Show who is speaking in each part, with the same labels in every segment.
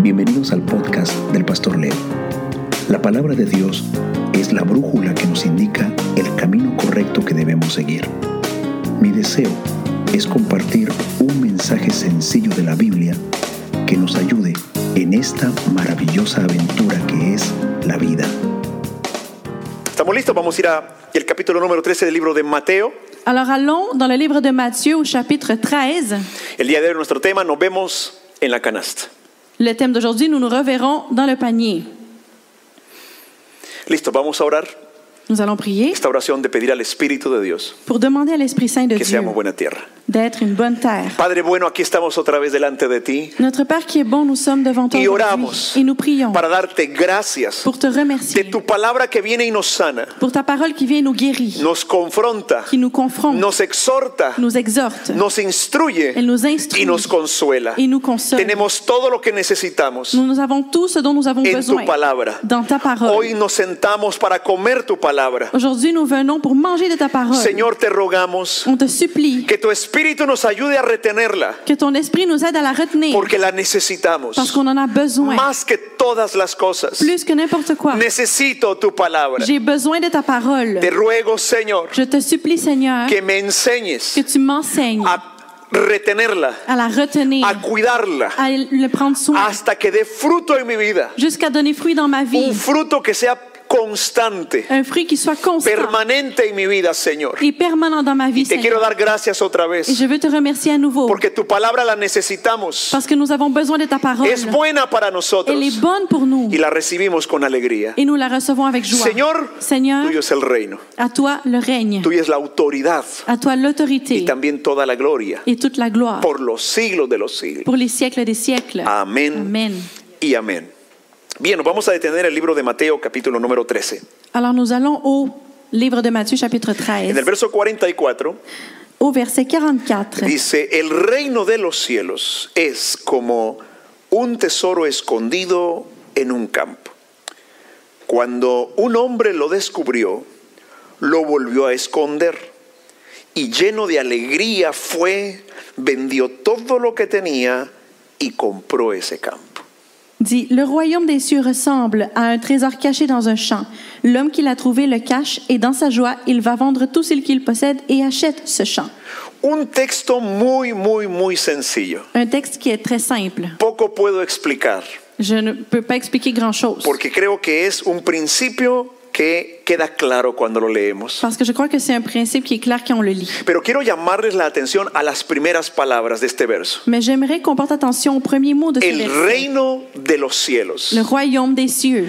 Speaker 1: Bienvenidos al podcast del Pastor Leo. La palabra de Dios es la brújula que nos indica el camino correcto que debemos seguir. Mi deseo es compartir un mensaje sencillo de la Biblia que nos ayude en esta maravillosa aventura que es la vida.
Speaker 2: ¿Estamos listos? Vamos a ir al capítulo número 13 del libro de Mateo.
Speaker 3: Alors allons dans le livre de Matthieu au chapitre 13.
Speaker 2: El día de hoy nuestro tema, nos vemos en la canasta.
Speaker 3: Le thème d'aujourd'hui, nous nous reverrons dans le panier.
Speaker 2: Listo, vamos a orar
Speaker 3: Nous allons prier
Speaker 2: esta oración de pedir al Espíritu de Dios
Speaker 3: pour demander à l'Esprit Saint de
Speaker 2: que
Speaker 3: Dieu
Speaker 2: seamos buena tierra.
Speaker 3: d'être une bonne terre.
Speaker 2: Padre bueno, aquí estamos otra vez delante de ti
Speaker 3: Notre Père qui est bon, nous sommes devant toi
Speaker 2: Y
Speaker 3: aujourd'hui
Speaker 2: oramos
Speaker 3: et nous prions
Speaker 2: para darte gracias
Speaker 3: pour te
Speaker 2: de
Speaker 3: remercier,
Speaker 2: tu palabra que viene y nos sana,
Speaker 3: pour ta parole qui vient et nous guérit,
Speaker 2: nos confronta,
Speaker 3: qui nous confronte,
Speaker 2: nos exhorta,
Speaker 3: nous exhorte,
Speaker 2: nos instruye
Speaker 3: elle nous
Speaker 2: y
Speaker 3: instruit
Speaker 2: nos consuela.
Speaker 3: et nous console.
Speaker 2: Tenemos todo lo que necesitamos
Speaker 3: Nous, nous avons tout ce dont nous avons
Speaker 2: en
Speaker 3: besoin
Speaker 2: tu palabra.
Speaker 3: dans ta
Speaker 2: Hoy
Speaker 3: parole.
Speaker 2: nos sentamos para comer tu palabra.
Speaker 3: Aujourd'hui, nous venons pour manger de ta parole.
Speaker 2: Señor, te rogamos
Speaker 3: On te supplie
Speaker 2: que tu espíritu nos ayude a retenerla,
Speaker 3: que ton esprit nous aide à la retenir
Speaker 2: porque la necesitamos
Speaker 3: parce qu'on en a besoin.
Speaker 2: más que todas las cosas.
Speaker 3: Plus que n'importe quoi.
Speaker 2: Necesito tu palabra.
Speaker 3: J'ai besoin de ta parole.
Speaker 2: Te ruego, Señor,
Speaker 3: Je te supplie, Seigneur,
Speaker 2: que me enseñes
Speaker 3: ¿Eh? que tu m'enseignes
Speaker 2: a retenerla,
Speaker 3: à la retenir,
Speaker 2: a cuidarla,
Speaker 3: à le prendre soin,
Speaker 2: hasta que dé fruto en mi vida,
Speaker 3: jusqu'à donner fruit dans ma
Speaker 2: un
Speaker 3: vie,
Speaker 2: fruto que sea constante,
Speaker 3: un fruit qui soit constant
Speaker 2: permanente en mi vida, Señor.
Speaker 3: et permanent dans ma vie,
Speaker 2: Te quiero
Speaker 3: Seigneur.
Speaker 2: dar gracias otra
Speaker 3: Et
Speaker 2: vez,
Speaker 3: je veux te remercier à nouveau
Speaker 2: porque tu palabra la necesitamos.
Speaker 3: parce que nous avons besoin de ta parole.
Speaker 2: Es buena para
Speaker 3: Elle
Speaker 2: nosotros
Speaker 3: est bonne pour nous
Speaker 2: y la recibimos con alegría.
Speaker 3: et nous la recevons avec joie.
Speaker 2: Señor,
Speaker 3: Seigneur,
Speaker 2: tuyo es el reino,
Speaker 3: à toi le règne,
Speaker 2: tuya es la autoridad
Speaker 3: à toi
Speaker 2: y
Speaker 3: l'autorité
Speaker 2: también toda la gloria
Speaker 3: et toute la gloire
Speaker 2: por los siglos de los siglos.
Speaker 3: pour les siècles des siècles.
Speaker 2: Amén.
Speaker 3: Amen.
Speaker 2: Y amén. Bien, nos vamos a detener en el libro de Mateo capítulo número 13.
Speaker 3: Alors nous allons au livre de Matthieu chapitre
Speaker 2: En el
Speaker 3: 13,
Speaker 2: verso 44
Speaker 3: au verset 44.
Speaker 2: dice, el reino de los cielos es como un tesoro escondido en un campo. Cuando un hombre lo descubrió, lo volvió a esconder y lleno de alegría fue, vendió todo lo que tenía y compró ese campo.
Speaker 3: Dit, le royaume des cieux ressemble à un trésor caché dans un champ. L'homme qui l'a trouvé le cache et dans sa joie, il va vendre tout ce qu'il possède et achète ce champ.
Speaker 2: Un texto muy, muy, muy sencillo.
Speaker 3: Un texte qui est très simple.
Speaker 2: Poco puedo explicar
Speaker 3: Je ne peux pas expliquer grand-chose
Speaker 2: porque creo que es un principio que queda claro cuando lo leemos.
Speaker 3: parce que je crois que c'est un principe qui est clair quand on le lit.
Speaker 2: Pero quiero llamarles la atención a las primeras palabras de este verso.
Speaker 3: Mais j'aimerais qu'on porte attention au premier mot de ce
Speaker 2: El
Speaker 3: verset.
Speaker 2: reino de los cielos.
Speaker 3: Le royaume des cieux.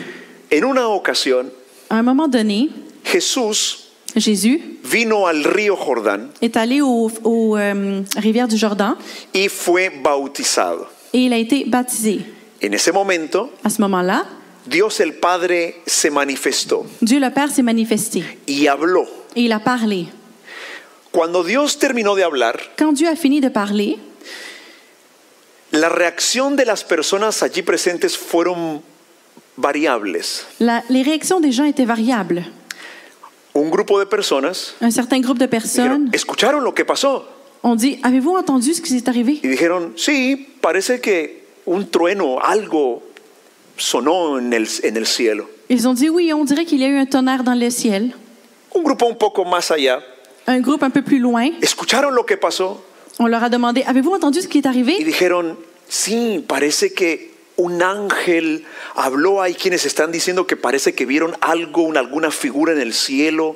Speaker 2: En una ocasión,
Speaker 3: À un moment donné,
Speaker 2: Jesús
Speaker 3: Jésus
Speaker 2: vino al río Jordán
Speaker 3: est allé au, au, euh, rivière du Jordan
Speaker 2: y fue bautizado.
Speaker 3: et il a été baptisé.
Speaker 2: En ese momento,
Speaker 3: À ce moment-là,
Speaker 2: Dios el Padre se manifestó
Speaker 3: Dieu le Père s'est manifesté
Speaker 2: y habló.
Speaker 3: et il a parlé.
Speaker 2: Cuando Dios terminó de hablar,
Speaker 3: Quand Dieu a fini de parler,
Speaker 2: la reacción de las personas allí presentes fueron variables.
Speaker 3: la- les réactions des gens étaient variables.
Speaker 2: Un grupo de personas
Speaker 3: Un certain groupe de
Speaker 2: dijeron,
Speaker 3: personnes
Speaker 2: escucharon lo que pasó
Speaker 3: ont dit Avez-vous entendu ce qui s'est arrivé
Speaker 2: y dijeron, sí, parece que un trueno, algo sonó en el, en el cielo.
Speaker 3: Ils ont dit Oui, on dirait qu'il y a eu un tonnerre dans le ciel.
Speaker 2: Un grupo un poco más allá,
Speaker 3: Un groupe un peu plus loin,
Speaker 2: escucharon lo que pasó
Speaker 3: on leur a demandé Avez-vous entendu ce qui est
Speaker 2: y
Speaker 3: arrivé
Speaker 2: dijeron, sí, parece que un ángel habló. Hay quienes están diciendo que parece que vieron algo, una- alguna figura en el cielo.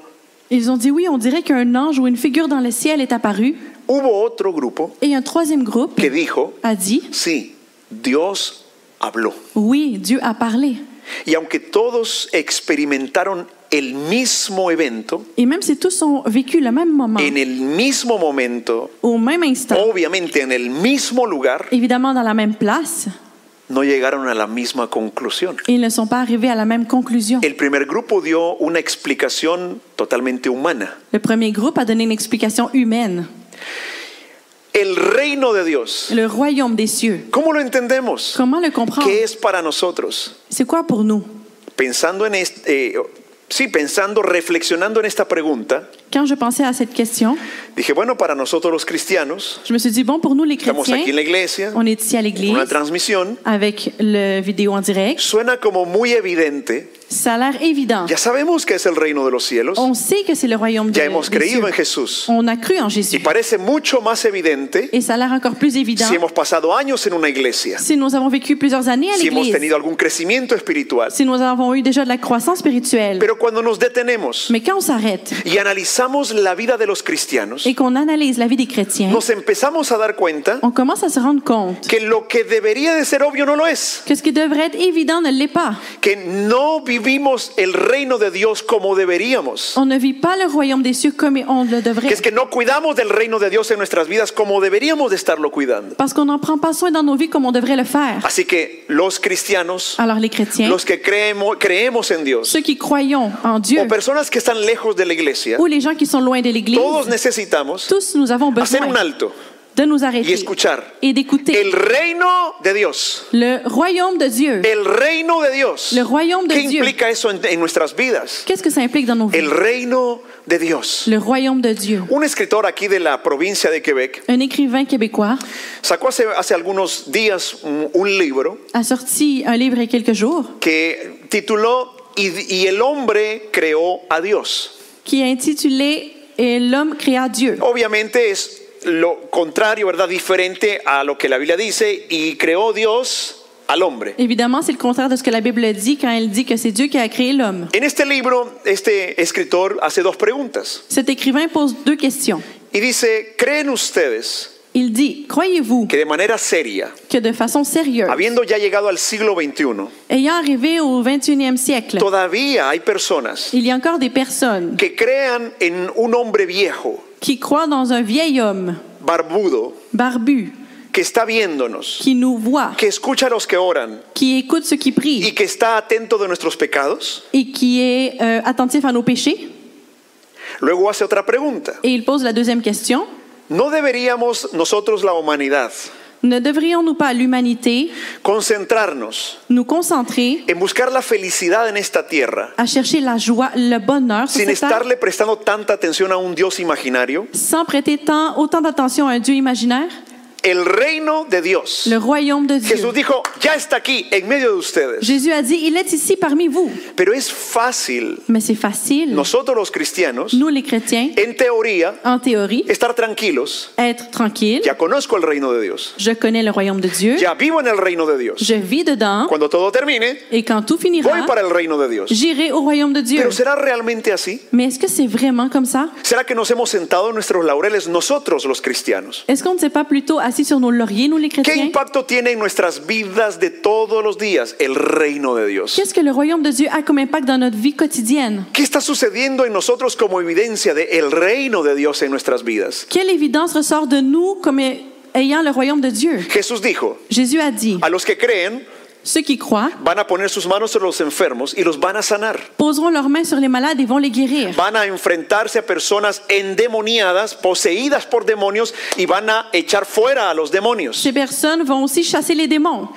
Speaker 3: Ils ont dit Oui, on dirait qu'un ange ou une figure dans le ciel est apparue.
Speaker 2: Hubo otro grupo
Speaker 3: Et un troisième groupe
Speaker 2: que dijo,
Speaker 3: a dit
Speaker 2: sí, Dios habló.
Speaker 3: Oui, Dieu a parlé.
Speaker 2: Y aunque todos experimentaron el mismo evento,
Speaker 3: Et même si tous ont vécu le même moment,
Speaker 2: en el mismo momento,
Speaker 3: au même instant,
Speaker 2: obviamente en el mismo lugar,
Speaker 3: évidemment dans la même place,
Speaker 2: no llegaron a la misma conclusión.
Speaker 3: ils ne sont pas arrivés à la même conclusion.
Speaker 2: El primer grupo dio una explicación totalmente humana.
Speaker 3: Le premier groupe a donné une explication humaine.
Speaker 2: El reino de Dios.
Speaker 3: Le royaume des cieux.
Speaker 2: ¿Cómo lo entendemos?
Speaker 3: Comment le comprendre?
Speaker 2: ¿Qué es para nosotros?
Speaker 3: C'est quoi pour nous?
Speaker 2: Pensando en este, eh, sí, pensando, reflexionando en esta pregunta,
Speaker 3: Quand je pensais à cette question,
Speaker 2: Dije, bueno, para nosotros los cristianos,
Speaker 3: je me suis dit, bon, pour nous les
Speaker 2: estamos
Speaker 3: chrétiens,
Speaker 2: aquí en la iglesia,
Speaker 3: on est ici à
Speaker 2: en
Speaker 3: l'église
Speaker 2: una transmisión,
Speaker 3: avec le vidéo en direct.
Speaker 2: suena como muy evidente.
Speaker 3: Ça a l'air évident.
Speaker 2: Ya sabemos que es el reino de los cielos,
Speaker 3: On sait que c'est le royaume de
Speaker 2: ya hemos
Speaker 3: des cieux.
Speaker 2: creído en Jesús.
Speaker 3: On a cru en
Speaker 2: Y
Speaker 3: Jésus.
Speaker 2: parece mucho más evidente
Speaker 3: Et ça a l'air encore plus évident
Speaker 2: si hemos pasado años en una iglesia,
Speaker 3: si nous avons vécu plusieurs années à
Speaker 2: si hemos
Speaker 3: l'église,
Speaker 2: tenido algún crecimiento espiritual.
Speaker 3: si nous avons eu déjà de la croissance spirituelle.
Speaker 2: Pero cuando nos detenemos
Speaker 3: Mais quand on s'arrête
Speaker 2: y analizamos la vida de los cristianos,
Speaker 3: et qu'on analyse la vie des chrétiens,
Speaker 2: nos empezamos a dar cuenta
Speaker 3: on commence à se rendre compte
Speaker 2: que lo que debería de ser obvio no lo es,
Speaker 3: que ce qui devrait être évident ne l'est pas.
Speaker 2: que no vivimos el reino de Dios como deberíamos,
Speaker 3: On ne vit pas le royaume des cieux comme on le
Speaker 2: que
Speaker 3: devrait.
Speaker 2: es que no cuidamos del reino de Dios en nuestras vidas como deberíamos de estarlo cuidando.
Speaker 3: Parce qu'on n'en prend pas soin dans nos vies comme on devrait le faire.
Speaker 2: Así que los cristianos,
Speaker 3: Alors les chrétiens,
Speaker 2: los que creemos, creemos en Dios,
Speaker 3: ceux qui croyons en Dieu,
Speaker 2: o personas que están lejos de la iglesia,
Speaker 3: ou les gens qui sont loin de l'Église,
Speaker 2: todos necesitamos
Speaker 3: tous nous avons
Speaker 2: hacer
Speaker 3: besoin
Speaker 2: un alto
Speaker 3: de nous
Speaker 2: y
Speaker 3: arrêter
Speaker 2: escuchar
Speaker 3: et d'écouter
Speaker 2: el reino de Dios.
Speaker 3: le royaume de Dieu.
Speaker 2: El reino de Dios.
Speaker 3: Le royaume de
Speaker 2: ¿Qué
Speaker 3: Dieu.
Speaker 2: implica eso en, en nuestras vidas?
Speaker 3: Qu'est-ce que ça implique dans nos vies?
Speaker 2: El reino de Dios.
Speaker 3: Le royaume de Dieu.
Speaker 2: Un escritor aquí de la provincia de Quebec
Speaker 3: Un écrivain québécois
Speaker 2: sacó hace, hace algunos días un, un libro
Speaker 3: a sorti un livre il y a quelques jours
Speaker 2: que tituló y, y el hombre creó a Dios.
Speaker 3: qui est intitulé Et l'homme créa Dieu.
Speaker 2: Obviamente es lo contrario, ¿verdad? Diferente a lo que la Biblia dice y creó Dios al hombre.
Speaker 3: Évidemment, c'est le contraire de ce que la Bible dit quand elle dit que c'est Dieu qui a créé l'homme.
Speaker 2: En este libro, este escritor hace dos preguntas
Speaker 3: Cet écrivain pose deux questions.
Speaker 2: y dice, ¿creen ustedes
Speaker 3: Il dit, croyez-vous
Speaker 2: que de manera seria
Speaker 3: que de façon sérieuse,
Speaker 2: Habiendo ya llegado al siglo XXI,
Speaker 3: ayant arrivé au 21e siècle,
Speaker 2: todavía hay personas
Speaker 3: il y a encore des personnes
Speaker 2: que crean en un hombre viejo,
Speaker 3: qui croient dans un vieil homme
Speaker 2: barbudo,
Speaker 3: barbu
Speaker 2: que está viéndonos,
Speaker 3: qui nous voit,
Speaker 2: que escucha a los que oran
Speaker 3: qui écoute ceux qui
Speaker 2: y
Speaker 3: prient
Speaker 2: que está atento de nuestros pecados.
Speaker 3: et qui est euh, attentif à nos péchés.
Speaker 2: Luego hace otra pregunta.
Speaker 3: Et il pose la deuxième question.
Speaker 2: ¿No deberíamos nosotros, la humanidad,
Speaker 3: Ne devrions-nous pas, l'humanité,
Speaker 2: concentrarnos
Speaker 3: nous concentrer
Speaker 2: en buscar la felicidad en esta tierra
Speaker 3: à chercher la joie, le bonheur sur
Speaker 2: sin
Speaker 3: cette terre,
Speaker 2: estarle prestando tanta atención a un Dios imaginario?
Speaker 3: sans prêter tant, autant d'attention à un Dieu imaginaire?
Speaker 2: El reino de Dios.
Speaker 3: Le royaume de Dieu.
Speaker 2: Jesús dijo, ya está aquí, en medio de ustedes.
Speaker 3: Jésus a dit, il est ici parmi vous.
Speaker 2: Pero es fácil
Speaker 3: Mais c'est facile.
Speaker 2: nosotros los cristianos,
Speaker 3: Nous, les chrétiens,
Speaker 2: en teoría,
Speaker 3: en théorie,
Speaker 2: estar tranquilos.
Speaker 3: être tranquille.
Speaker 2: Ya conozco el reino de Dios.
Speaker 3: Je connais le royaume de Dieu.
Speaker 2: Ya vivo en el reino de Dios.
Speaker 3: Je vis dedans.
Speaker 2: Cuando todo termine,
Speaker 3: Et quand tout
Speaker 2: voy
Speaker 3: finira,
Speaker 2: para el reino de Dios.
Speaker 3: j'irai au royaume de Dieu.
Speaker 2: Pero ¿será realmente así?
Speaker 3: Mais est-ce que c'est vraiment comme ça?
Speaker 2: ¿Será que nos hemos sentado en nuestros laureles nosotros los cristianos?
Speaker 3: Est-ce qu'on ne s'est pas plutôt assis sur nos lauriers, nous, les
Speaker 2: ¿Qué
Speaker 3: chrétiens?
Speaker 2: impacto tiene en nuestras vidas de todos los días el reino de Dios?
Speaker 3: Qu'est-ce que le royaume de Dieu a comme impact dans notre vie quotidienne?
Speaker 2: ¿Qué está sucediendo en nosotros como evidencia del reino de Dios en nuestras vidas?
Speaker 3: Quelle évidence ressort de nous comme ayant le royaume de Dieu?
Speaker 2: Jesús dijo,
Speaker 3: Jésus a dit,
Speaker 2: a los que creen
Speaker 3: ceux qui croient
Speaker 2: van a poner sus manos sobre los enfermos y los van a sanar.
Speaker 3: poseront leurs mains sur les malades et vont les guérir.
Speaker 2: van a enfrentarse a personas endemoniadas, poseídas por demonios, y van a echar fuera a los demonios.
Speaker 3: Ces personnes vont aussi chasser les démons.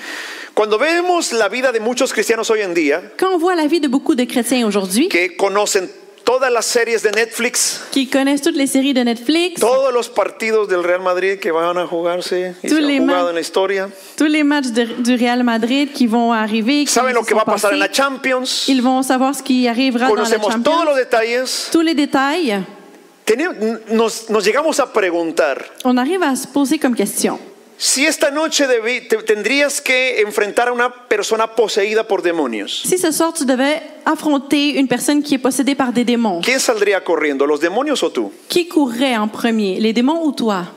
Speaker 2: Cuando vemos la vida de muchos cristianos hoy en día,
Speaker 3: Quand on voit la vie de beaucoup de chrétiens aujourd'hui,
Speaker 2: que conocen todas las series de Netflix,
Speaker 3: qui connaissent toutes les séries de Netflix,
Speaker 2: todos los partidos del Real Madrid que van a jugarse y
Speaker 3: Tú
Speaker 2: se han
Speaker 3: le
Speaker 2: jugado
Speaker 3: man-
Speaker 2: en la historia,
Speaker 3: tous les matchs de- du Real Madrid qui vont arriver, qui
Speaker 2: saben lo
Speaker 3: se
Speaker 2: que
Speaker 3: sont
Speaker 2: va a pasar en
Speaker 3: passés.
Speaker 2: la Champions,
Speaker 3: Ils vont savoir ce qui arrivera dans la
Speaker 2: conocemos
Speaker 3: Champions.
Speaker 2: todos los detalles,
Speaker 3: Tous les détails,
Speaker 2: Tenemos- nos, nos llegamos a preguntar.
Speaker 3: on arrive à se poser comme question.
Speaker 2: Si esta noche debi- te- tendrías que enfrentar a una persona poseída por demonios,
Speaker 3: Si ce soir tu devais affronter une personne qui est possédée par des démons,
Speaker 2: ¿Quién saldría corriendo, los demonios o tú?
Speaker 3: qui courrait en premier, les démons ou toi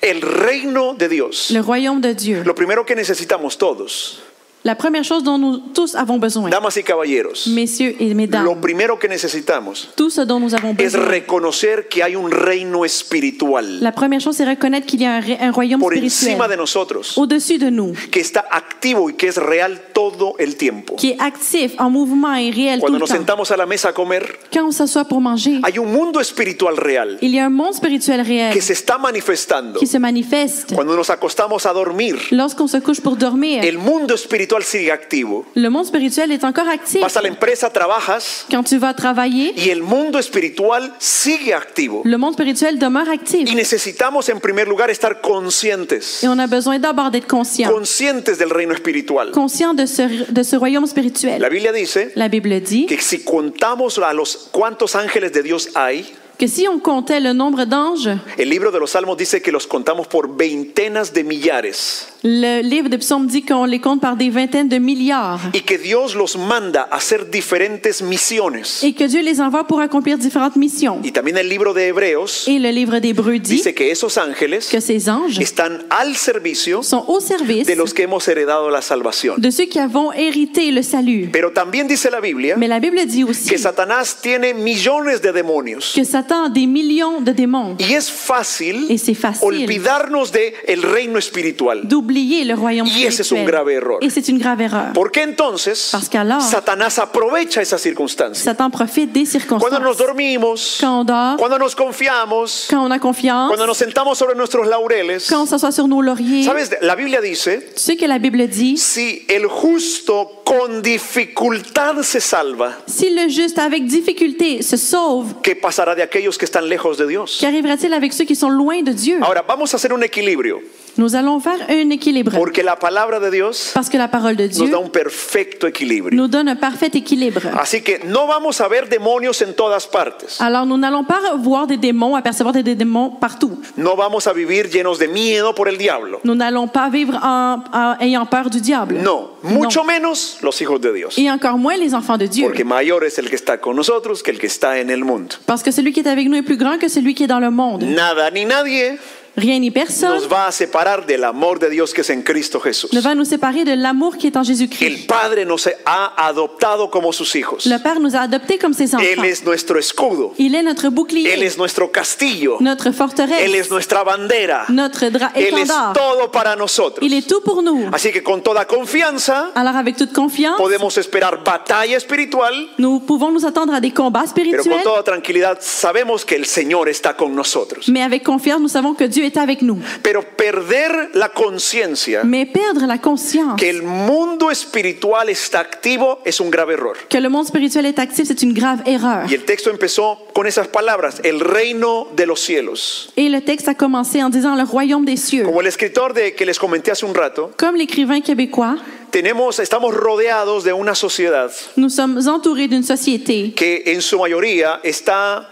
Speaker 2: El reino de Dios.
Speaker 3: Le royaume de Dieu.
Speaker 2: Lo primero que necesitamos todos,
Speaker 3: La première chose dont nous tous avons besoin,
Speaker 2: damas y caballeros,
Speaker 3: messieurs et
Speaker 2: lo
Speaker 3: mesdames,
Speaker 2: primero que necesitamos
Speaker 3: tout ce dont nous avons
Speaker 2: es
Speaker 3: besoin.
Speaker 2: reconocer que hay un reino espiritual
Speaker 3: Pues La première chose, c'est reconnaître qu'il y a un, ré- un royaume
Speaker 2: por encima de
Speaker 3: spirituel
Speaker 2: nosotros,
Speaker 3: au-dessus de nous,
Speaker 2: que está activo y que es real todo el tiempo.
Speaker 3: qui est actif, en mouvement et réel tout
Speaker 2: Cuando
Speaker 3: le
Speaker 2: nos
Speaker 3: temps.
Speaker 2: sentamos a la mesa a comer,
Speaker 3: Quand on s'assoit pour manger,
Speaker 2: hay un mundo espiritual real
Speaker 3: il y a un monde spirituel réel
Speaker 2: que se está manifestando.
Speaker 3: qui se manifeste.
Speaker 2: Cuando nos acostamos a dormir,
Speaker 3: Lorsqu'on se couche pour dormir,
Speaker 2: el mundo espiritual espiritual sigue activo.
Speaker 3: Le monde spirituel est encore actif.
Speaker 2: Vas a la empresa, trabajas
Speaker 3: Quand tu vas travailler,
Speaker 2: y el mundo espiritual sigue activo.
Speaker 3: le monde spirituel demeure actif.
Speaker 2: Y necesitamos en primer lugar estar conscientes,
Speaker 3: Et on a besoin d'abord d'être conscient.
Speaker 2: conscientes del reino espiritual.
Speaker 3: Conscient de ce, de ce royaume
Speaker 2: La
Speaker 3: spirituel.
Speaker 2: Biblia dice
Speaker 3: La Bible dit
Speaker 2: que si contamos a los cuántos ángeles de Dios hay,
Speaker 3: que si on comptait le nombre d'anges,
Speaker 2: el libro de los Salmos dice que los contamos por veintenas de millares
Speaker 3: le livre de Psaume dit qu'on les compte par des vingtaines de milliards
Speaker 2: y que Dios los manda a hacer diferentes misiones.
Speaker 3: et que Dieu les envoie pour accomplir différentes missions.
Speaker 2: Y también el libro de Hebreos
Speaker 3: Et le livre d'Hébreux dit
Speaker 2: dice que esos ángeles
Speaker 3: que ces anges
Speaker 2: están al servicio
Speaker 3: sont au service
Speaker 2: de los que hemos heredado la salvación.
Speaker 3: de ceux qui avons hérité le salut.
Speaker 2: Pero también dice la Biblia
Speaker 3: Mais la Bible dit aussi
Speaker 2: que Satanás tiene millones de demonios
Speaker 3: que Satan a des millions de démons
Speaker 2: y es fácil
Speaker 3: Et c'est facile.
Speaker 2: olvidarnos de el reino espiritual.
Speaker 3: d'oublier le royaume
Speaker 2: Y ese es un
Speaker 3: spirituel.
Speaker 2: grave error.
Speaker 3: Et c'est une grave erreur.
Speaker 2: ¿Por qué entonces
Speaker 3: Parce qu'alors-
Speaker 2: Satanás aprovecha esa circunstancia?
Speaker 3: Satan profite des
Speaker 2: Cuando nos
Speaker 3: circonstances.
Speaker 2: dormimos,
Speaker 3: Quand on dort,
Speaker 2: cuando nos confiamos,
Speaker 3: quand on a confiance,
Speaker 2: cuando nos sentamos sobre nuestros laureles.
Speaker 3: quand on s'assoit sur nos lauriers,
Speaker 2: ¿Sabes? La Biblia dice,
Speaker 3: ce que la Bible dit,
Speaker 2: si el justo con dificultad se salva,
Speaker 3: si le juste avec difficulté se sauve,
Speaker 2: ¿qué pasará de aquellos que están lejos de Dios?
Speaker 3: qu'arrivera-t-il avec ceux qui sont loin de Dieu?
Speaker 2: Ahora, vamos a hacer un equilibrio,
Speaker 3: Nous allons faire un équilibre
Speaker 2: porque la palabra de Dios
Speaker 3: parce que la parole de Dieu
Speaker 2: nos da un perfecto equilibrio.
Speaker 3: nous donne un parfait équilibre.
Speaker 2: Así que no vamos a ver demonios en todas partes.
Speaker 3: Alors nous n'allons pas voir des démons, apercevoir des démons partout.
Speaker 2: No vamos a vivir llenos de miedo por el diablo.
Speaker 3: Nous n'allons pas vivre en, en ayant peur du diable.
Speaker 2: No, mucho menos los hijos de Dios.
Speaker 3: Et encore moins les enfants de Dieu.
Speaker 2: Porque mayor es el que está con nosotros que el que está en el mundo.
Speaker 3: Parce que celui qui est avec nous est plus grand que celui qui est dans le monde.
Speaker 2: Nada ni nadie
Speaker 3: Rien ni personne
Speaker 2: nos va a separar del amor de Dios que es en Cristo Jesús.
Speaker 3: ne va nous séparer de l'amour qui est en
Speaker 2: El
Speaker 3: Jésus-Christ.
Speaker 2: Padre nos ha adoptado como sus hijos.
Speaker 3: Le Père nous a adoptés comme ses
Speaker 2: Él
Speaker 3: enfants.
Speaker 2: es nuestro escudo.
Speaker 3: Il est notre
Speaker 2: Él
Speaker 3: bouclier,
Speaker 2: es nuestro castillo.
Speaker 3: notre
Speaker 2: Él es
Speaker 3: forteresse,
Speaker 2: nuestra bandera.
Speaker 3: notre dra-
Speaker 2: Él es
Speaker 3: étendard.
Speaker 2: todo para nosotros.
Speaker 3: Il est tout pour nous.
Speaker 2: Así que con toda confianza
Speaker 3: Alors avec toute confiance,
Speaker 2: podemos esperar batalla espiritual,
Speaker 3: nous pouvons nous attendre à des combats
Speaker 2: pero con
Speaker 3: spirituels,
Speaker 2: toda tranquilidad sabemos que el Señor está con nosotros.
Speaker 3: mais avec confiance, nous savons que Dieu est avec nous.
Speaker 2: Pero perder la conciencia
Speaker 3: Mais perdre la conscience
Speaker 2: que el mundo espiritual está activo es un grave error.
Speaker 3: que le monde spirituel est actif, c'est une grave erreur.
Speaker 2: Y el texto empezó con esas palabras, el reino de los cielos.
Speaker 3: Et le texte a commencé en disant le royaume des cieux.
Speaker 2: Como el escritor de que les comenté hace un rato,
Speaker 3: Comme l'écrivain québécois,
Speaker 2: tenemos estamos rodeados de una sociedad
Speaker 3: nous sommes entourés d'une société
Speaker 2: que en su mayoría está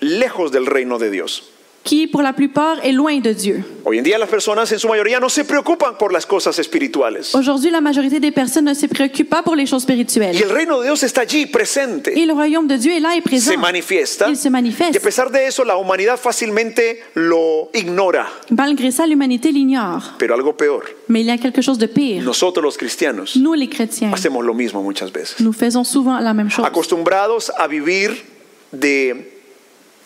Speaker 2: lejos del reino de Dios.
Speaker 3: qui, pour la plupart, est loin de Dieu.
Speaker 2: Hoy en día las personas en su mayoría no se preocupan por las cosas espirituales.
Speaker 3: Aujourd'hui, la majorité des personnes ne se préoccupent pas pour les choses
Speaker 2: Y
Speaker 3: spirituelles.
Speaker 2: el reino de Dios está allí presente,
Speaker 3: Et le royaume de Dieu est là et présent.
Speaker 2: se manifiesta.
Speaker 3: Il se
Speaker 2: Y a
Speaker 3: manifeste.
Speaker 2: pesar de eso la humanidad fácilmente lo ignora.
Speaker 3: Malgré ça, l'humanité l'ignore.
Speaker 2: Pero algo peor,
Speaker 3: Mais il y a quelque chose de pire.
Speaker 2: nosotros los cristianos
Speaker 3: Nous, les chrétiens,
Speaker 2: hacemos lo mismo muchas veces.
Speaker 3: nous faisons souvent la même chose.
Speaker 2: acostumbrados a vivir de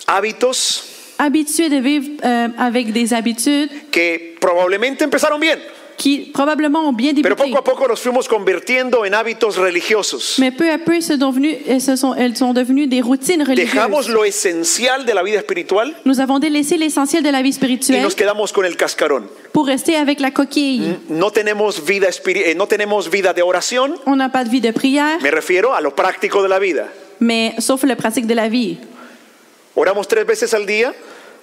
Speaker 2: hábitos
Speaker 3: Habitués de vivre euh, avec des habitudes
Speaker 2: que probablemente empezaron bien,
Speaker 3: qui probablement ont bien
Speaker 2: pero
Speaker 3: débuté.
Speaker 2: poco a poco los fuimos convirtiendo en hábitos religiosos.
Speaker 3: Mais peu à peu, se sont venus- elles se sont, elles sont devenues des routines
Speaker 2: Dejamos
Speaker 3: religieuses.
Speaker 2: lo esencial de la vida espiritual
Speaker 3: Nous avons délaissé l'essentiel de la vie
Speaker 2: y Mm.
Speaker 3: spirituelle
Speaker 2: nos quedamos con el cascarón.
Speaker 3: pour rester avec la coquille.
Speaker 2: No tenemos vida espiri- eh, no tenemos vida de oración,
Speaker 3: On n'a pas de vie de prière,
Speaker 2: me refiero a lo práctico de la vida.
Speaker 3: mais sauf le pratique de la vie.
Speaker 2: Oramos tres veces al día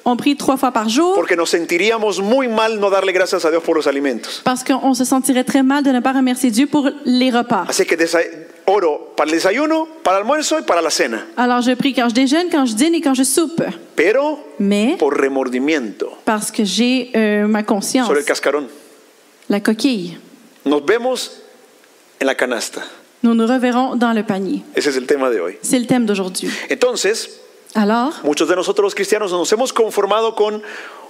Speaker 3: On prie trois fois par jour
Speaker 2: porque nos sentiríamos muy mal no darle gracias a Dios por los alimentos.
Speaker 3: parce qu'on se sentirait très mal de ne pas remercier Dieu pour les repas.
Speaker 2: Así que desa- oro para el desayuno, para el almuerzo y para la cena,
Speaker 3: Alors je prie quand je déjeune, quand je dîne et quand je soupe.
Speaker 2: pero
Speaker 3: Mais
Speaker 2: por remordimiento
Speaker 3: parce que j'ai euh, ma conscience,
Speaker 2: sobre el cascarón.
Speaker 3: la coquille,
Speaker 2: Nos vemos en la canasta.
Speaker 3: nous nous reverrons dans le panier.
Speaker 2: Ese es el tema de hoy.
Speaker 3: C'est le thème d'aujourd'hui.
Speaker 2: Entonces,
Speaker 3: Alors,
Speaker 2: muchos de nosotros los cristianos nos hemos conformado con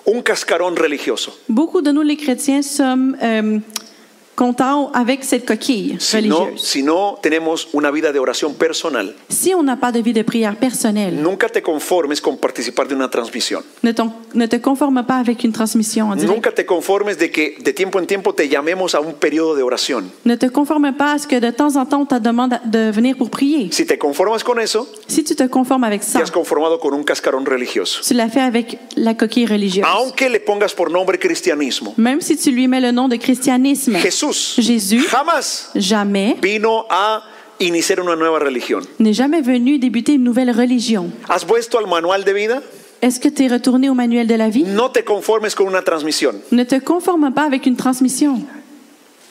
Speaker 2: un cascarón religioso.
Speaker 3: Beaucoup de nous, les chrétiens, sommes euh, contents avec cette coquille
Speaker 2: Si no,
Speaker 3: religieuse.
Speaker 2: si no tenemos una vida de oración personal,
Speaker 3: Si on n'a pas de vie de prière personnelle,
Speaker 2: nunca te conformes con participar de una transmisión.
Speaker 3: ne, t'en- ne te conforme pas avec une transmission en direct.
Speaker 2: Nunca te conformes de que de tiempo en tiempo te llamemos a un periodo de oración.
Speaker 3: Ne te conforme pas à ce que de temps en temps on te demande de venir pour prier.
Speaker 2: Si te conformas con eso,
Speaker 3: Si tu te conformes avec
Speaker 2: te
Speaker 3: ça,
Speaker 2: has conformado con un cascarón religioso.
Speaker 3: tu l'as fait avec la coquille religieuse.
Speaker 2: Aunque le pongas por nombre cristianismo,
Speaker 3: Même si tu lui mets le nom de christianisme,
Speaker 2: Jesús
Speaker 3: Jésus
Speaker 2: jamás
Speaker 3: jamais
Speaker 2: vino a iniciar una nueva religión.
Speaker 3: n'est jamais venu débuter une nouvelle religion.
Speaker 2: ¿Has puesto al manual de vida?
Speaker 3: Est-ce que tu es retourné au manuel de la vie?
Speaker 2: No te conformes con una transmisión.
Speaker 3: Ne te conforme pas avec une transmission.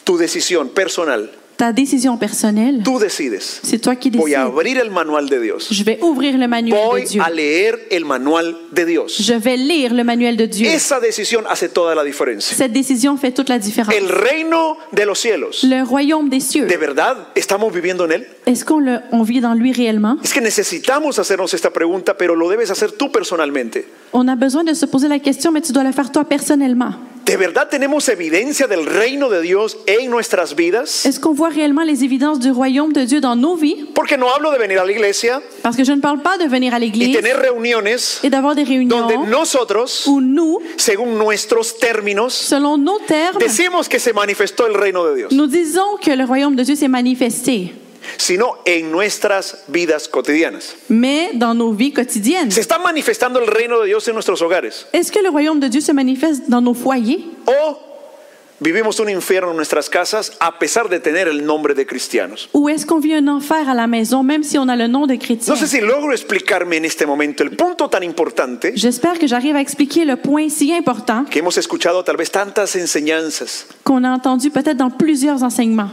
Speaker 2: Tu decisión personal.
Speaker 3: Ta décision personnelle,
Speaker 2: Tú decides.
Speaker 3: c'est toi qui
Speaker 2: Voy
Speaker 3: décides.
Speaker 2: a abrir el manual de Dios.
Speaker 3: Je vais ouvrir le manuel
Speaker 2: Voy
Speaker 3: de Dieu.
Speaker 2: a leer el manual de Dios.
Speaker 3: Je vais lire le manuel de Dieu.
Speaker 2: Esa decisión hace toda la diferencia.
Speaker 3: Cette décision fait toute la différence.
Speaker 2: El reino de los cielos.
Speaker 3: Le royaume des cieux,
Speaker 2: ¿De verdad estamos viviendo en él?
Speaker 3: est-ce qu'on le- on vit dans lui réellement?
Speaker 2: Es que necesitamos hacernos esta pregunta, pero lo debes hacer tú personalmente.
Speaker 3: On a besoin de se poser la question, mais tu dois le faire toi personnellement.
Speaker 2: ¿De verdad tenemos evidencia del reino de Dios en nuestras vidas?
Speaker 3: Est-ce qu'on voit réellement les évidences du royaume de Dieu dans nos vies?
Speaker 2: Porque no hablo de venir a la iglesia
Speaker 3: Parce que je ne parle pas de venir à
Speaker 2: y
Speaker 3: l'église
Speaker 2: tener reuniones
Speaker 3: et d'avoir des réunions
Speaker 2: donde nosotros,
Speaker 3: où nous,
Speaker 2: según nuestros términos,
Speaker 3: selon nos termes,
Speaker 2: decimos que se manifestó el reino de Dios,
Speaker 3: nous disons que le royaume de Dieu s'est manifesté,
Speaker 2: sino en nuestras vidas cotidianas.
Speaker 3: mais dans nos vies quotidiennes.
Speaker 2: ¿Se está manifestando el reino de Dios en nuestros hogares?
Speaker 3: Est-ce que le royaume de Dieu se manifeste dans nos foyers?
Speaker 2: ¿O vivimos un infierno en nuestras casas a pesar de tener el nombre de cristianos?
Speaker 3: Ou est-ce qu'on vit un enfer à la maison, même si on a le nom de chrétien?
Speaker 2: No sé si logro explicarme en este momento el punto tan importante
Speaker 3: J'espère que j'arrive à expliquer le point si important
Speaker 2: que hemos escuchado tal vez tantas enseñanzas.
Speaker 3: qu'on a entendu peut-être dans plusieurs enseignements.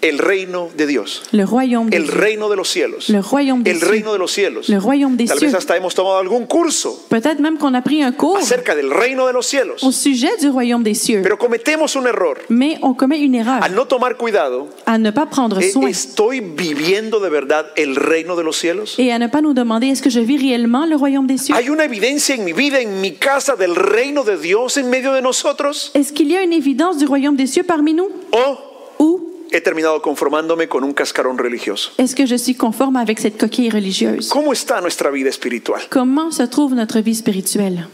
Speaker 2: El reino de Dios.
Speaker 3: Le royaume des
Speaker 2: El
Speaker 3: cieux.
Speaker 2: reino de los cielos.
Speaker 3: Le royaume des
Speaker 2: El
Speaker 3: cieux.
Speaker 2: reino de los cielos.
Speaker 3: Le royaume des
Speaker 2: Tal
Speaker 3: cieux.
Speaker 2: vez hasta hemos tomado algún curso
Speaker 3: Peut-être même qu'on a pris un cours
Speaker 2: acerca del reino de los cielos.
Speaker 3: au sujet du royaume des cieux.
Speaker 2: Pero Ah, cometemos un error.
Speaker 3: Mais on commet une erreur
Speaker 2: Al no tomar cuidado,
Speaker 3: à ne pas prendre
Speaker 2: ¿e-
Speaker 3: soin
Speaker 2: ¿estoy viviendo de verdad el reino de los cielos?
Speaker 3: et à ne pas nous demander est-ce que je vis réellement le royaume des cieux?
Speaker 2: ¿Hay una evidencia en mi vida, en mi casa, del reino de Dios en medio de nosotros?
Speaker 3: Est-ce qu'il y a une évidence du royaume des cieux parmi nous?
Speaker 2: ¿O
Speaker 3: Ou
Speaker 2: he terminado conformándome con un cascarón religioso?
Speaker 3: est-ce que je suis conforme avec cette coquille religieuse?
Speaker 2: ¿Cómo está nuestra vida espiritual?
Speaker 3: Comment se trouve notre vie spirituelle?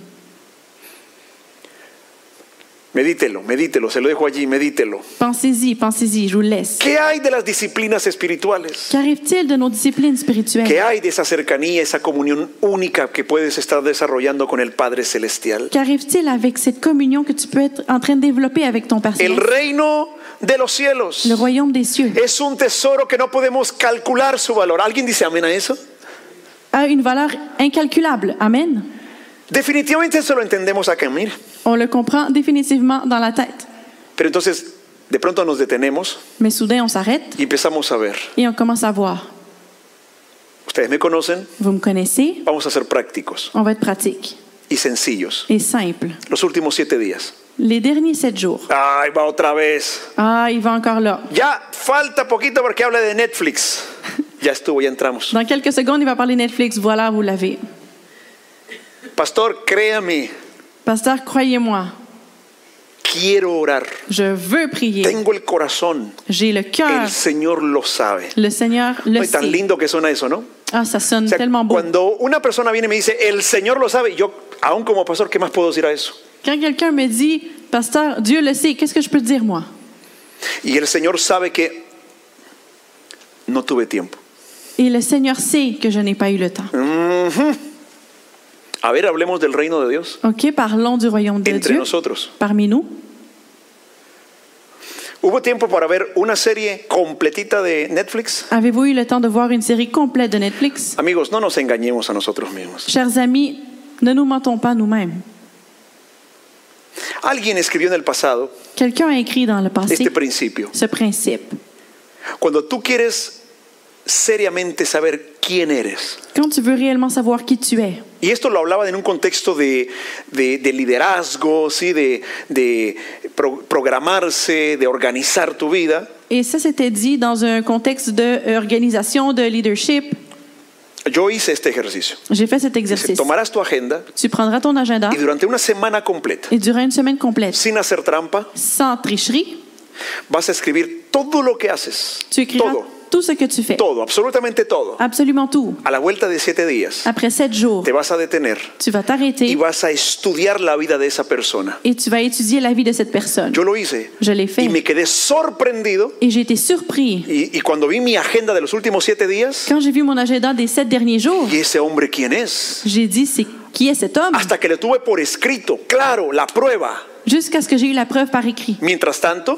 Speaker 2: Medítelo, medítelo, se lo dejo allí, medítelo.
Speaker 3: Pensez-y, pensez-y, je vous laisse.
Speaker 2: ¿Qué hay de las disciplinas espirituales?
Speaker 3: Qu'arrive-t-il de nos disciplines spirituelles?
Speaker 2: ¿Qué hay de esa cercanía, esa comunión única que puedes estar desarrollando con el Padre Celestial?
Speaker 3: Qu'arrive-t-il avec cette communion que tu peux être en train de développer avec ton Père
Speaker 2: El
Speaker 3: céleste?
Speaker 2: reino de los cielos
Speaker 3: Le royaume des cieux
Speaker 2: es un tesoro que no podemos calcular su valor. ¿Alguien dice amén a eso?
Speaker 3: a une valeur incalculable. Amen.
Speaker 2: Definitivamente eso lo entendemos acá, mira.
Speaker 3: On le comprend définitivement dans la tête.
Speaker 2: Pero entonces, de pronto nos detenemos
Speaker 3: Mais soudain, on s'arrête
Speaker 2: y empezamos a ver.
Speaker 3: et on commence à voir.
Speaker 2: Ustedes me conocen,
Speaker 3: Vous me connaissez?
Speaker 2: vamos a ser prácticos
Speaker 3: On va être pratique
Speaker 2: y sencillos.
Speaker 3: et simple.
Speaker 2: Los últimos siete días.
Speaker 3: Les derniers sept jours.
Speaker 2: Ay, va otra vez.
Speaker 3: Ah, il va encore là.
Speaker 2: Ya falta poquito porque habla de Netflix. Ya estuvo, ya entramos.
Speaker 3: Dans quelques secondes, il va parler Netflix. Voilà, vous l'avez.
Speaker 2: Pastor, créame,
Speaker 3: Pasteur, croyez-moi,
Speaker 2: quiero orar.
Speaker 3: je veux prier.
Speaker 2: Tengo el corazón.
Speaker 3: J'ai le cœur.
Speaker 2: El Señor lo sabe.
Speaker 3: Le Seigneur le
Speaker 2: Ay, tan
Speaker 3: sait.
Speaker 2: lindo que suena eso, ¿no?
Speaker 3: Ah, ça sonne
Speaker 2: O sea,
Speaker 3: tellement beau.
Speaker 2: cuando una persona viene y me dice, el Señor lo sabe, yo, aún como pastor, ¿qué más puedo decir a eso?
Speaker 3: Quand quelqu'un me dit, Pasteur, Dieu le sait, qu'est-ce que je peux dire, moi?
Speaker 2: Y el Señor sabe que no tuve tiempo.
Speaker 3: Et le Seigneur sait que je n'ai pas eu le temps.
Speaker 2: A ver, hablemos del reino de Dios
Speaker 3: OK, parlons du royaume de
Speaker 2: entre
Speaker 3: Dieu
Speaker 2: nosotros.
Speaker 3: parmi nous.
Speaker 2: Hubo tiempo para ver una serie completita de Netflix.
Speaker 3: Avez-vous eu le temps de voir une série complète de Netflix?
Speaker 2: Amigos, no nos engañemos a nosotros mismos.
Speaker 3: Chers amis, ne nous mentons pas nous-mêmes.
Speaker 2: Alguien escribió en el pasado
Speaker 3: Quelqu'un a écrit dans le passé
Speaker 2: este principio.
Speaker 3: ce principe.
Speaker 2: Cuando tú quieres seriamente saber quién eres,
Speaker 3: Quand tu veux réellement savoir qui tu es,
Speaker 2: y esto lo hablaba en un contexto de, de- de liderazgo, ¿sí? de, de pro- programarse, de organizar tu vida,
Speaker 3: et ça c'était dit dans un contexte d'organisation, de leadership,
Speaker 2: yo hice este ejercicio. Ah.
Speaker 3: j'ai fait cet
Speaker 2: Dice,
Speaker 3: exercice.
Speaker 2: tomarás tu agenda
Speaker 3: Tu prendras ton agenda
Speaker 2: y durante una semana completa,
Speaker 3: et durant une semaine complète,
Speaker 2: sin hacer trampa,
Speaker 3: sans tricherie,
Speaker 2: vas a escribir todo lo que haces.
Speaker 3: tu écriras
Speaker 2: Todo,
Speaker 3: tout ce que tu fais.
Speaker 2: todo, absolutamente todo.
Speaker 3: Absolument tout.
Speaker 2: A la vuelta de siete días,
Speaker 3: Après sept jours,
Speaker 2: te vas a detener
Speaker 3: tu vas
Speaker 2: y
Speaker 3: t'arrêter
Speaker 2: vas a estudiar la vida de esa persona.
Speaker 3: et tu vas étudier la vie de cette personne.
Speaker 2: Yo lo hice.
Speaker 3: Je l'ai fait.
Speaker 2: Y me quedé sorprendido.
Speaker 3: Et j'ai été surpris
Speaker 2: Y, y cuando vi mi agenda de los últimos siete días,
Speaker 3: quand j'ai vu mon agenda des sept derniers jours.
Speaker 2: ¿y ese hombre quién es?
Speaker 3: J'ai dit, c'est qui est cet homme?
Speaker 2: Hasta que le tuve por escrito, claro, la prueba.
Speaker 3: Jusqu'à ce que j'ai eu la preuve par écrit.
Speaker 2: Mientras tanto,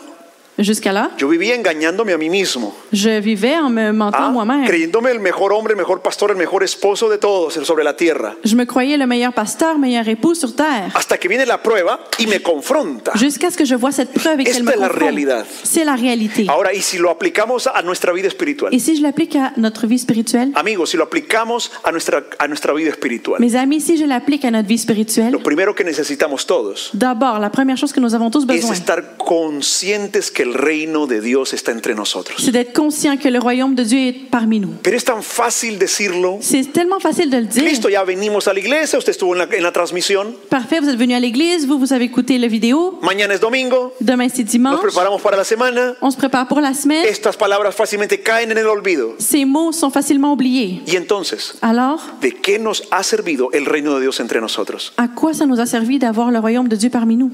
Speaker 3: Jusqu'à là,
Speaker 2: Yo vivía engañándome a mí mismo,
Speaker 3: je vivais en me
Speaker 2: ¿ah?
Speaker 3: mentant moi-même.
Speaker 2: creyéndome el mejor hombre, el mejor pastor, el mejor esposo de todos sobre la tierra.
Speaker 3: Je me croyais le meilleur pasteur, meilleur époux sur terre.
Speaker 2: Hasta que viene la prueba y me confronta.
Speaker 3: Jusqu'à ce que je vois cette preuve et qu'elle me
Speaker 2: Ah. Esta es la realidad.
Speaker 3: confronte. C'est la réalité.
Speaker 2: Ahora, y si lo aplicamos a nuestra vida espiritual,
Speaker 3: Et si je l'applique à notre vie spirituelle,
Speaker 2: amigos, si lo aplicamos a nuestra, a nuestra vida espiritual,
Speaker 3: mes amis, si je l'applique à notre vie spirituelle,
Speaker 2: lo primero que necesitamos todos
Speaker 3: d'abord, la première chose que nous avons tous
Speaker 2: es
Speaker 3: besoin,
Speaker 2: estar conscientes que el reino de Dios está entre nosotros.
Speaker 3: c'est d'être conscient que le royaume de Dieu est parmi nous.
Speaker 2: Pero es tan fácil decirlo.
Speaker 3: C'est tellement facile de le dire.
Speaker 2: Listo, ya venimos a la iglesia, usted estuvo en la, en la transmisión,
Speaker 3: Parfait, vous êtes venu à l'église, vous, vous avez écouté la vidéo.
Speaker 2: mañana es domingo,
Speaker 3: Demain, c'est
Speaker 2: nos
Speaker 3: dimanche.
Speaker 2: preparamos para la semana,
Speaker 3: On se prépare pour la semaine.
Speaker 2: estas palabras fácilmente caen en el olvido.
Speaker 3: Ces mots sont facilement oubliés.
Speaker 2: Y entonces,
Speaker 3: Alors,
Speaker 2: ¿de qué nos ha servido el reino de Dios entre nosotros?
Speaker 3: à quoi ça nous a servi d'avoir le royaume de Dieu parmi nous?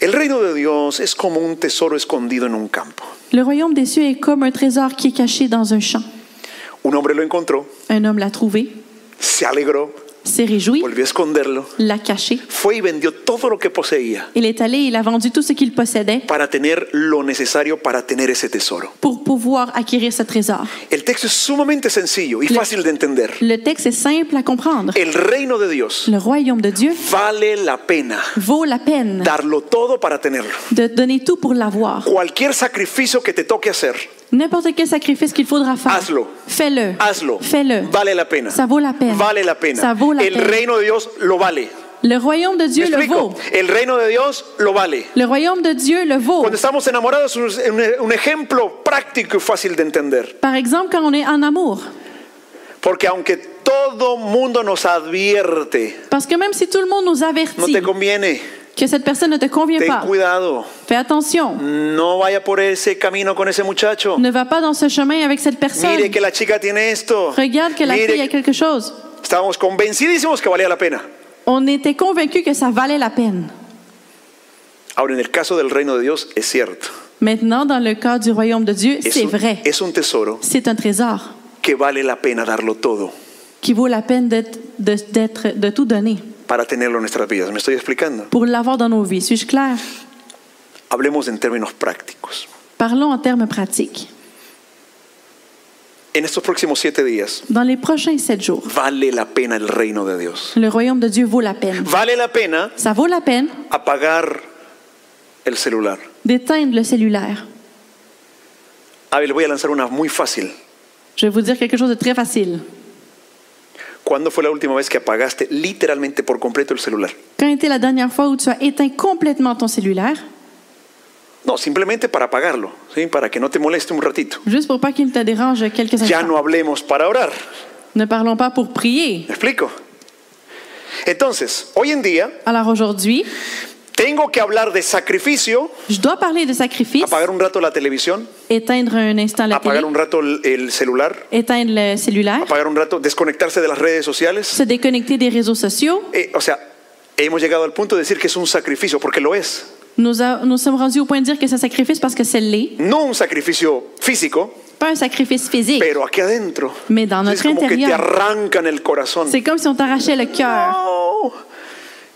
Speaker 2: El reino de Dios es como un tesoro escondido en un campo.
Speaker 3: Le royaume des cieux est comme un trésor qui est caché dans un champ.
Speaker 2: Un hombre lo encontró,
Speaker 3: Un homme l'a trouvé,
Speaker 2: se alegró,
Speaker 3: s'est réjoui,
Speaker 2: volvió a esconderlo,
Speaker 3: l'a caché.
Speaker 2: fue y vendió todo lo que poseía
Speaker 3: Il est allé, il a vendu tout ce qu'il possédait
Speaker 2: para tener lo necesario para tener ese tesoro.
Speaker 3: pour pouvoir acquérir ce trésor.
Speaker 2: El texto es sumamente sencillo y
Speaker 3: Le-
Speaker 2: fácil de entender.
Speaker 3: Le texte est simple à comprendre.
Speaker 2: El reino de Dios
Speaker 3: Le royaume de Dieu
Speaker 2: vale la pena
Speaker 3: vaut la peine
Speaker 2: darlo todo para tenerlo.
Speaker 3: de donner tout pour l'avoir.
Speaker 2: Cualquier sacrificio que te toque hacer,
Speaker 3: N'importe quel sacrifice qu'il faudra faire,
Speaker 2: Hazlo. Ah.
Speaker 3: fais-le.
Speaker 2: hazlo.
Speaker 3: Fais-le.
Speaker 2: Vale la pena.
Speaker 3: Ça vaut la peine.
Speaker 2: Vale la pena.
Speaker 3: Ça vaut la
Speaker 2: El
Speaker 3: peine.
Speaker 2: reino de Dios lo vale.
Speaker 3: Le royaume de
Speaker 2: ¿Me
Speaker 3: Dieu le
Speaker 2: explico?
Speaker 3: vaut.
Speaker 2: El reino de Dios lo vale.
Speaker 3: Le royaume de Dieu le vaut.
Speaker 2: Cuando estamos enamorados, un, un- un ejemplo práctico y fácil de entender.
Speaker 3: Par exemple, quand on est en amour.
Speaker 2: Porque aunque todo mundo nos advierte,
Speaker 3: Parce que même si tout le monde nous
Speaker 2: no
Speaker 3: avertit
Speaker 2: te conviene,
Speaker 3: que cette personne ne te convient
Speaker 2: ten
Speaker 3: pas,
Speaker 2: cuidado,
Speaker 3: fais attention.
Speaker 2: no vaya por ese camino con ese muchacho.
Speaker 3: Ne va pas dans ce chemin avec cette personne.
Speaker 2: Mire que la chica tiene esto.
Speaker 3: Regarde que la
Speaker 2: Mire
Speaker 3: fille a
Speaker 2: que-
Speaker 3: quelque chose.
Speaker 2: Estábamos convencidísimos que valía la pena.
Speaker 3: On était convaincus que ça valait la peine.
Speaker 2: Ahora, en el caso del reino de Dios, es cierto.
Speaker 3: Maintenant, dans le cas du royaume de Dieu,
Speaker 2: Es
Speaker 3: c'est
Speaker 2: un-
Speaker 3: vrai.
Speaker 2: es un tesoro
Speaker 3: C'est un trésor
Speaker 2: que vale la pena darlo todo
Speaker 3: qui vaut la peine d'être, de, d'être- de tout donner
Speaker 2: para tenerlo en nuestras vidas. ¿Me estoy explicando?
Speaker 3: pour l'avoir dans nos vies. Suis-je clair?
Speaker 2: Hablemos en términos prácticos.
Speaker 3: Parlons en termes pratiques.
Speaker 2: En estos próximos siete días,
Speaker 3: Dans les prochains sept jours,
Speaker 2: vale la pena el reino de Dios.
Speaker 3: le royaume de Dieu vaut la peine.
Speaker 2: Vale la pena
Speaker 3: Ça vaut la peine
Speaker 2: apagar el celular.
Speaker 3: d'éteindre le cellulaire.
Speaker 2: A ver, le voy a lanzar una muy fácil.
Speaker 3: Je vais vous dire quelque chose de très facile.
Speaker 2: ¿Cuándo fue la última vez que apagaste literalmente por completo el celular?
Speaker 3: Quand était la dernière fois où tu as éteint complètement ton cellulaire,
Speaker 2: No, simplemente para apagarlo, ¿sí? para que no te moleste un ratito.
Speaker 3: juste pour pas qu'il te dérange quelques
Speaker 2: Ya
Speaker 3: instants?
Speaker 2: no hablemos para orar.
Speaker 3: Ne parlons pas pour prier.
Speaker 2: ¿Me explico? Entonces, hoy en día
Speaker 3: Alors aujourd'hui,
Speaker 2: tengo que hablar de sacrificio,
Speaker 3: je dois parler de sacrifice,
Speaker 2: apagar un rato la televisión,
Speaker 3: éteindre un instant la télé,
Speaker 2: apagar un rato el- el celular,
Speaker 3: éteindre le cellulaire,
Speaker 2: apagar un rato, desconectarse de las redes sociales.
Speaker 3: se déconnecter des réseaux sociaux.
Speaker 2: Eh, o sea, hemos llegado al punto de decir que es un sacrificio, porque lo es.
Speaker 3: Nous, a- nous sommes rendus au point de dire que c'est un sacrifice parce que c'est l'est.
Speaker 2: No un sacrificio físico,
Speaker 3: Pas un sacrifice physique,
Speaker 2: pero aquí adentro.
Speaker 3: mais dans
Speaker 2: Es
Speaker 3: notre
Speaker 2: como que te
Speaker 3: intérieur.
Speaker 2: arrancan el corazón.
Speaker 3: C'est comme si on t'arrachait le cœur.
Speaker 2: No.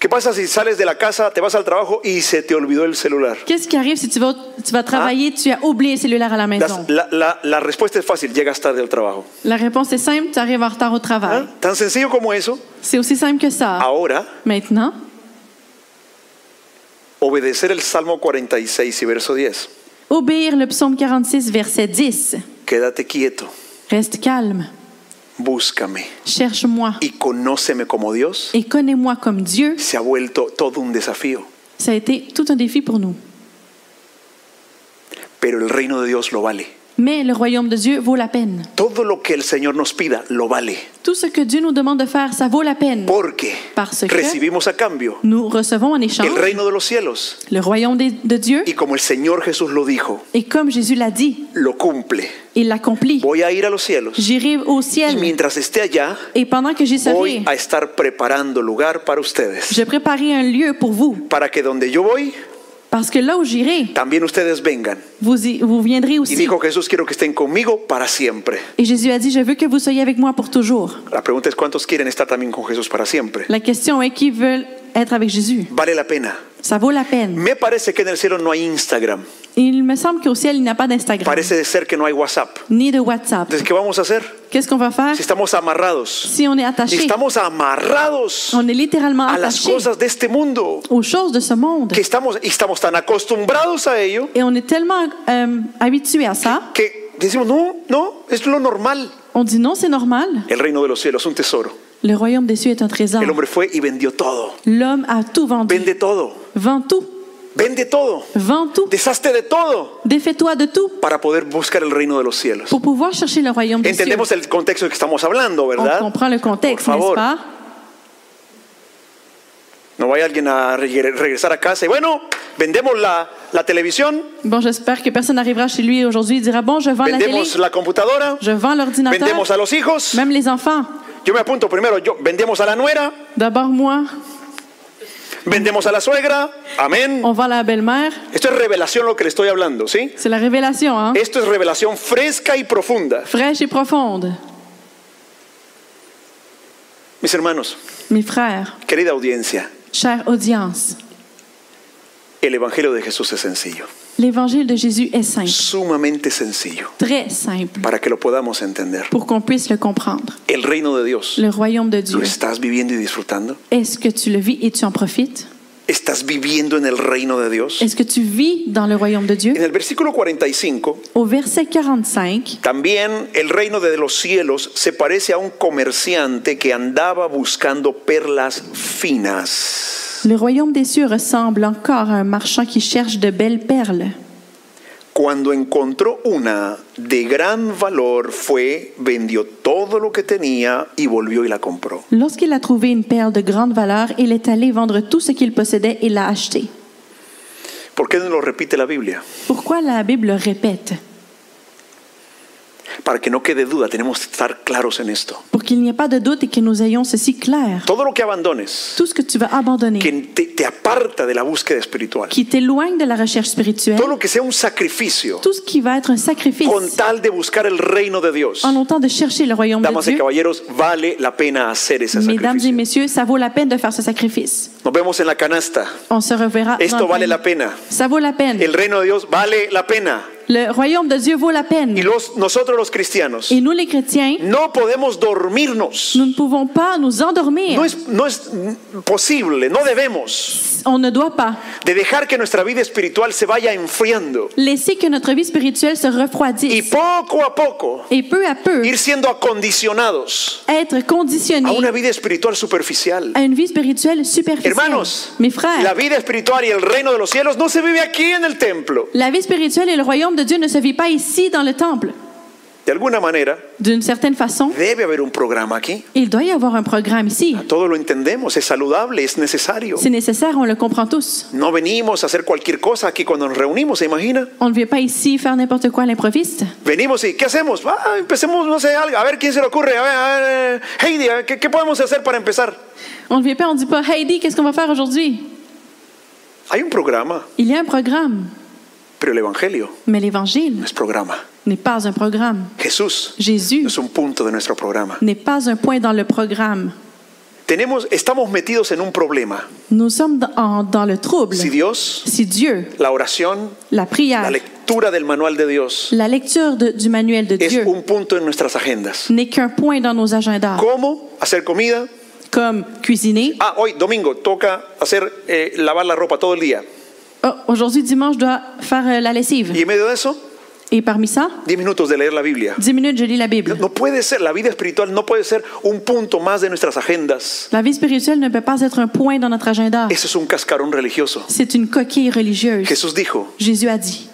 Speaker 2: ¿Qué pasa si sales de la casa, te vas al trabajo y se te olvidó el celular?
Speaker 3: Qu'est-ce qui arrive si tu vas, tu vas travailler, tu as oublié le cellulaire à la maison?
Speaker 2: Las- La, la- la respuesta es fácil, llegas tarde al trabajo.
Speaker 3: La réponse est simple, tu arrives en retard au travail.
Speaker 2: ¿Ah? Tan sencillo como eso.
Speaker 3: C'est aussi simple que ça.
Speaker 2: Ahora,
Speaker 3: Maintenant,
Speaker 2: obedecer el Salmo 46 y verso 10.
Speaker 3: obéir le psaume 46, verset 10.
Speaker 2: Quédate quieto,
Speaker 3: Reste calme,
Speaker 2: búscame
Speaker 3: cherche-moi
Speaker 2: y conóceme como Dios.
Speaker 3: et connais-moi comme Dieu.
Speaker 2: Se ha vuelto todo un desafío,
Speaker 3: Ça a été tout un défi pour nous.
Speaker 2: pero el reino de Dios lo vale.
Speaker 3: Mais le royaume de Dieu vaut la peine.
Speaker 2: Todo lo que el Señor nos pida lo vale,
Speaker 3: Tout ce que Dieu nous demande de faire, ça vaut la peine.
Speaker 2: porque
Speaker 3: Parce que-
Speaker 2: recibimos a cambio
Speaker 3: Nous recevons en échange
Speaker 2: el reino de los cielos.
Speaker 3: le royaume des- de, Dieu.
Speaker 2: Y como el Señor Jesús lo dijo,
Speaker 3: Et comme Jésus l'a dit,
Speaker 2: lo cumple.
Speaker 3: il l'accomplit.
Speaker 2: Voy a ir a los cielos
Speaker 3: J'irai au
Speaker 2: y
Speaker 3: ciel.
Speaker 2: mientras esté allá,
Speaker 3: Et pendant que j'y serai,
Speaker 2: voy a estar preparando lugar para ustedes,
Speaker 3: je préparerai un lieu pour vous.
Speaker 2: para que donde yo voy,
Speaker 3: Parce que là où j'irai,
Speaker 2: también ustedes vengan.
Speaker 3: vous, y- vous viendrez
Speaker 2: Y
Speaker 3: aussi.
Speaker 2: dijo Jesús, quiero que estén conmigo para siempre.
Speaker 3: Et Jésus a dit, je veux que vous soyez avec moi pour toujours.
Speaker 2: La pregunta es, ¿cuántos quieren estar también con Jesús para siempre?
Speaker 3: La question est qui veulent être avec Jésus.
Speaker 2: Vale la pena.
Speaker 3: Ça vaut la peine.
Speaker 2: Me parece que en el cielo no hay Instagram.
Speaker 3: Il me semble qu'au ciel, il n'y a pas d'Instagram,
Speaker 2: Parece ser que no hay WhatsApp.
Speaker 3: ni de WhatsApp.
Speaker 2: Entonces, ¿qué vamos a hacer?
Speaker 3: Qu'est-ce qu'on va faire
Speaker 2: Si estamos amarrados.
Speaker 3: si on est
Speaker 2: Si
Speaker 3: attaché?
Speaker 2: estamos amarrados
Speaker 3: On est littéralement
Speaker 2: a las
Speaker 3: attaché
Speaker 2: cosas de este mundo.
Speaker 3: aux choses de ce monde.
Speaker 2: Que estamos, y estamos tan acostumbrados a ello
Speaker 3: Et on est tellement euh, habitué à ça,
Speaker 2: que decimos, no, no, es lo normal.
Speaker 3: on dit non, c'est normal.
Speaker 2: El reino de los cielos, un tesoro.
Speaker 3: Le royaume des cieux est un trésor.
Speaker 2: El hombre fue y vendió todo.
Speaker 3: L'homme a tout vendu.
Speaker 2: Vende todo.
Speaker 3: Vends tout.
Speaker 2: Vende todo.
Speaker 3: Vends tout.
Speaker 2: Deshazte de todo
Speaker 3: Défais-toi de tout
Speaker 2: para poder buscar el reino de los cielos.
Speaker 3: pour pouvoir chercher le royaume des cieux.
Speaker 2: Entendemos el contexto que estamos hablando,
Speaker 3: On
Speaker 2: ¿verdad?
Speaker 3: comprend le contexte,
Speaker 2: Por
Speaker 3: n'est-ce
Speaker 2: favor.
Speaker 3: pas?
Speaker 2: No vaya alguien a re- regresar a casa y bueno, vendemos la, la televisión,
Speaker 3: Bon, j'espère que personne n'arrivera chez lui aujourd'hui et dira Bon, je vends la télé,
Speaker 2: vendemos la computadora,
Speaker 3: je vends l'ordinateur,
Speaker 2: vendemos a los hijos.
Speaker 3: même les enfants.
Speaker 2: Yo me apunto primero, yo vendemos a la nuera,
Speaker 3: D'abord, moi,
Speaker 2: vendemos a la suegra. Amén.
Speaker 3: on vend la belle-mère.
Speaker 2: Esto es revelación lo que le estoy hablando, ¿sí?
Speaker 3: C'est la révélation, hein?
Speaker 2: Esto es revelación fresca y profunda.
Speaker 3: Fraîche et profonde.
Speaker 2: Mis hermanos,
Speaker 3: Mes frères,
Speaker 2: querida audiencia,
Speaker 3: chère audience,
Speaker 2: el evangelio de Jesús es sencillo,
Speaker 3: l'évangile de Jésus est simple,
Speaker 2: sumamente sencillo,
Speaker 3: très simple,
Speaker 2: para que lo podamos entender.
Speaker 3: pour qu'on puisse le comprendre.
Speaker 2: El reino de Dios,
Speaker 3: Le royaume de Dieu.
Speaker 2: ¿lo estás viviendo y disfrutando?
Speaker 3: Est-ce que tu le vis et tu en profites?
Speaker 2: ¿Estás viviendo en el reino de Dios?
Speaker 3: Est-ce que tu vis dans le royaume de
Speaker 2: En
Speaker 3: Dieu?
Speaker 2: el versículo 45,
Speaker 3: Au verset 45,
Speaker 2: también el reino de los cielos se parece a un comerciante que andaba buscando perlas finas.
Speaker 3: le royaume des cieux ressemble encore à un marchand qui cherche de belles perles.
Speaker 2: Cuando encontró una de gran valor, fue, vendió todo lo que tenía y volvió y la compró.
Speaker 3: Lorsqu'il a trouvé une perle de grande valeur, il est allé vendre tout ce qu'il possédait et l'a achetée.
Speaker 2: ¿Por qué no lo repite la Biblia?
Speaker 3: Pourquoi la Bible le répète?
Speaker 2: Para que no quede duda, tenemos que estar claros en esto.
Speaker 3: Pour qu'il n'y ait pas de doute et que nous ayons ceci clair.
Speaker 2: Todo lo que abandones,
Speaker 3: Tout ce que tu vas
Speaker 2: que
Speaker 3: abandonner,
Speaker 2: te, te aparta de la búsqueda espiritual,
Speaker 3: qui t'éloigne de la recherche spirituelle,
Speaker 2: todo lo que sea un sacrificio
Speaker 3: tout ce qui va être un sacrifice
Speaker 2: con tal de buscar el reino de Dios,
Speaker 3: en longtemps de chercher le royaume de
Speaker 2: damas y
Speaker 3: Dieu,
Speaker 2: caballeros, vale la pena hacer ese
Speaker 3: Mesdames et
Speaker 2: sacrificio.
Speaker 3: messieurs, ça vaut la peine de faire ce sacrifice.
Speaker 2: Nos vemos en la canasta.
Speaker 3: On se reverra. dans
Speaker 2: Esto
Speaker 3: le
Speaker 2: vale
Speaker 3: royaume.
Speaker 2: la pena.
Speaker 3: Ça vaut la peine.
Speaker 2: El reino de Dios vale la pena.
Speaker 3: Le royaume de Dieu vaut la peine.
Speaker 2: Y los, nosotros los cristianos
Speaker 3: Et nous, les chrétiens,
Speaker 2: no podemos dormirnos.
Speaker 3: nous ne pouvons pas nous endormir.
Speaker 2: No es, no es posible, no debemos
Speaker 3: On ne doit pas
Speaker 2: de dejar que nuestra vida espiritual se vaya enfriando
Speaker 3: laisser que notre vie spirituelle se
Speaker 2: y
Speaker 3: refroidisse
Speaker 2: poco a poco
Speaker 3: et peu à peu
Speaker 2: ir siendo acondicionados
Speaker 3: être
Speaker 2: a
Speaker 3: conditionné
Speaker 2: una vida espiritual superficial.
Speaker 3: à une vie spirituelle superficielle.
Speaker 2: Hermanos,
Speaker 3: Mes
Speaker 2: la
Speaker 3: frères,
Speaker 2: vida espiritual y el reino de los cielos no se vive aquí en el templo.
Speaker 3: la vie spirituelle et le royaume de Dieu ne se vit pas ici dans le temple.
Speaker 2: De alguna manera,
Speaker 3: D'une certaine façon,
Speaker 2: debe haber un programa aquí.
Speaker 3: il doit y avoir un programme ici.
Speaker 2: Todo lo entendemos, es saludable, es necesario.
Speaker 3: C'est nécessaire, on le comprend tous.
Speaker 2: No venimos a hacer cualquier cosa aquí cuando nos reunimos, ¿se imagina?
Speaker 3: On ne vient pas ici faire n'importe quoi à l'improviste.
Speaker 2: Venimos y ¿qué hacemos? Ah, empecemos, no sé, algo. A ver quién se le ocurre. A ver, a ver, eh, Heidi, a ver, ¿qué, qué podemos hacer para empezar?
Speaker 3: On ne vient pas, on ne dit pas Heidi, qu'est-ce qu'on va faire aujourd'hui
Speaker 2: Hay un programa,
Speaker 3: Il y a un programme,
Speaker 2: pero el Evangelio no
Speaker 3: mais l'Évangile
Speaker 2: es programa.
Speaker 3: n'est pas un programme.
Speaker 2: Jesús
Speaker 3: Jésus
Speaker 2: es un punto de nuestro programa.
Speaker 3: n'est pas un point dans le programme.
Speaker 2: Tenemos, estamos metidos en un problema.
Speaker 3: Nous sommes dans, en- dans le trouble.
Speaker 2: Si Dios,
Speaker 3: Si Dieu,
Speaker 2: la oración,
Speaker 3: la prière,
Speaker 2: la lectura del manual de Dios
Speaker 3: la lecture de- du manuel de
Speaker 2: es
Speaker 3: Dieu
Speaker 2: un punto en nuestras agendas.
Speaker 3: n'est qu'un point dans nos agendas,
Speaker 2: ¿Cómo? Hacer comida.
Speaker 3: comme cuisiner.
Speaker 2: Ah, hoy, domingo, toca hacer, eh, lavar la ropa todo el día.
Speaker 3: Oh, aujourd'hui, dimanche, je dois faire euh, la lessive.
Speaker 2: Y en medio de eso,
Speaker 3: Et parmi ça,
Speaker 2: 10 minutos de leer la Biblia.
Speaker 3: 10 minutes, je lis la Bible.
Speaker 2: No puede ser, la vida espiritual no puede ser un punto más de nuestras agendas.
Speaker 3: La vie spirituelle ne peut pas être un point dans notre agenda.
Speaker 2: Eso es un cascarón religioso.
Speaker 3: C'est une coquille religieuse.
Speaker 2: Jesús dijo,
Speaker 3: Jésus a dit,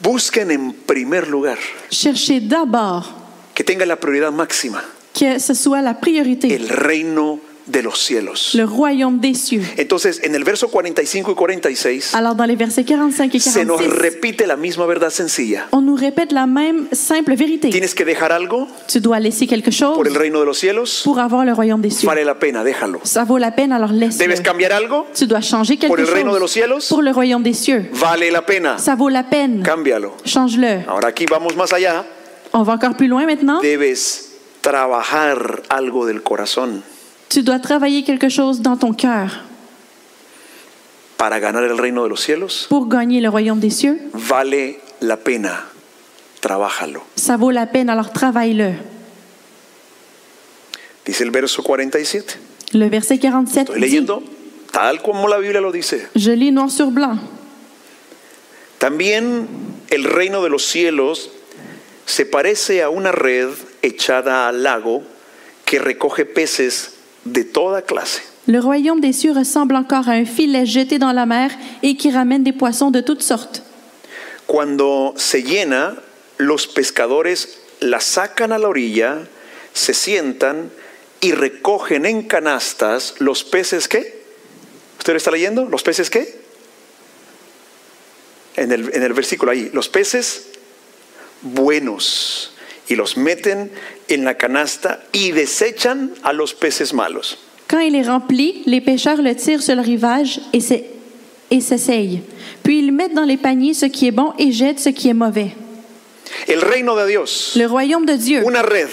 Speaker 2: busquen en primer lugar,
Speaker 3: cherchez d'abord
Speaker 2: que tenga la prioridad máxima,
Speaker 3: que ce soit la priorité,
Speaker 2: el reino de los cielos.
Speaker 3: le royaume des cieux.
Speaker 2: Entonces, en el verso 45 y 46,
Speaker 3: Alors dans les versets 45 et
Speaker 2: se nos
Speaker 3: 46,
Speaker 2: repite la misma verdad sencilla.
Speaker 3: on nous répète la même simple vérité.
Speaker 2: ¿Tienes que dejar algo
Speaker 3: Tu dois laisser quelque chose
Speaker 2: por el reino de los cielos?
Speaker 3: pour avoir le royaume des cieux.
Speaker 2: Vale la pena, déjalo.
Speaker 3: Ça vaut la peine, alors laisse
Speaker 2: ¿Debes cambiar algo?
Speaker 3: Tu dois changer
Speaker 2: por
Speaker 3: quelque
Speaker 2: el reino de los
Speaker 3: chose
Speaker 2: cielos?
Speaker 3: pour le royaume des cieux.
Speaker 2: Vale la pena,
Speaker 3: Ça vaut la peine.
Speaker 2: cámbialo.
Speaker 3: Change-le.
Speaker 2: Ahora aquí vamos más allá.
Speaker 3: On va encore plus loin maintenant.
Speaker 2: Debes trabajar algo del corazón.
Speaker 3: Tu dois travailler quelque chose dans ton cœur.
Speaker 2: para ganar el reino de los cielos,
Speaker 3: pour gagner le royaume des cieux,
Speaker 2: vale la pena. Trabájalo.
Speaker 3: ça vaut la peine, alors travaille-le.
Speaker 2: Dice el verso 47.
Speaker 3: Le verset 47
Speaker 2: Estoy
Speaker 3: dit,
Speaker 2: leyendo tal como la Biblia lo dice.
Speaker 3: je lis noir sur blanc,
Speaker 2: También el reino de los cielos se parece a una red echada al lago que recoge peces de toda clase.
Speaker 3: le royaume des cieux ressemble encore à un filet jeté dans la mer et qui ramène des poissons de toutes sortes.
Speaker 2: Cuando se llena, los pescadores la sacan a la orilla, se sientan y recogen en canastas los peces que... ¿Usted lo está leyendo? ¿Los peces qué? En el, en el versículo ahí, los peces buenos y los meten en la canasta y desechan a los peces malos.
Speaker 3: Quand il est rempli, les pêcheurs le tirent sur le rivage et s'é- et s'essayent. Puis ils mettent dans les paniers ce qui est bon et jettent ce qui est mauvais.
Speaker 2: El reino de Dios,
Speaker 3: Le royaume de Dieu,
Speaker 2: una red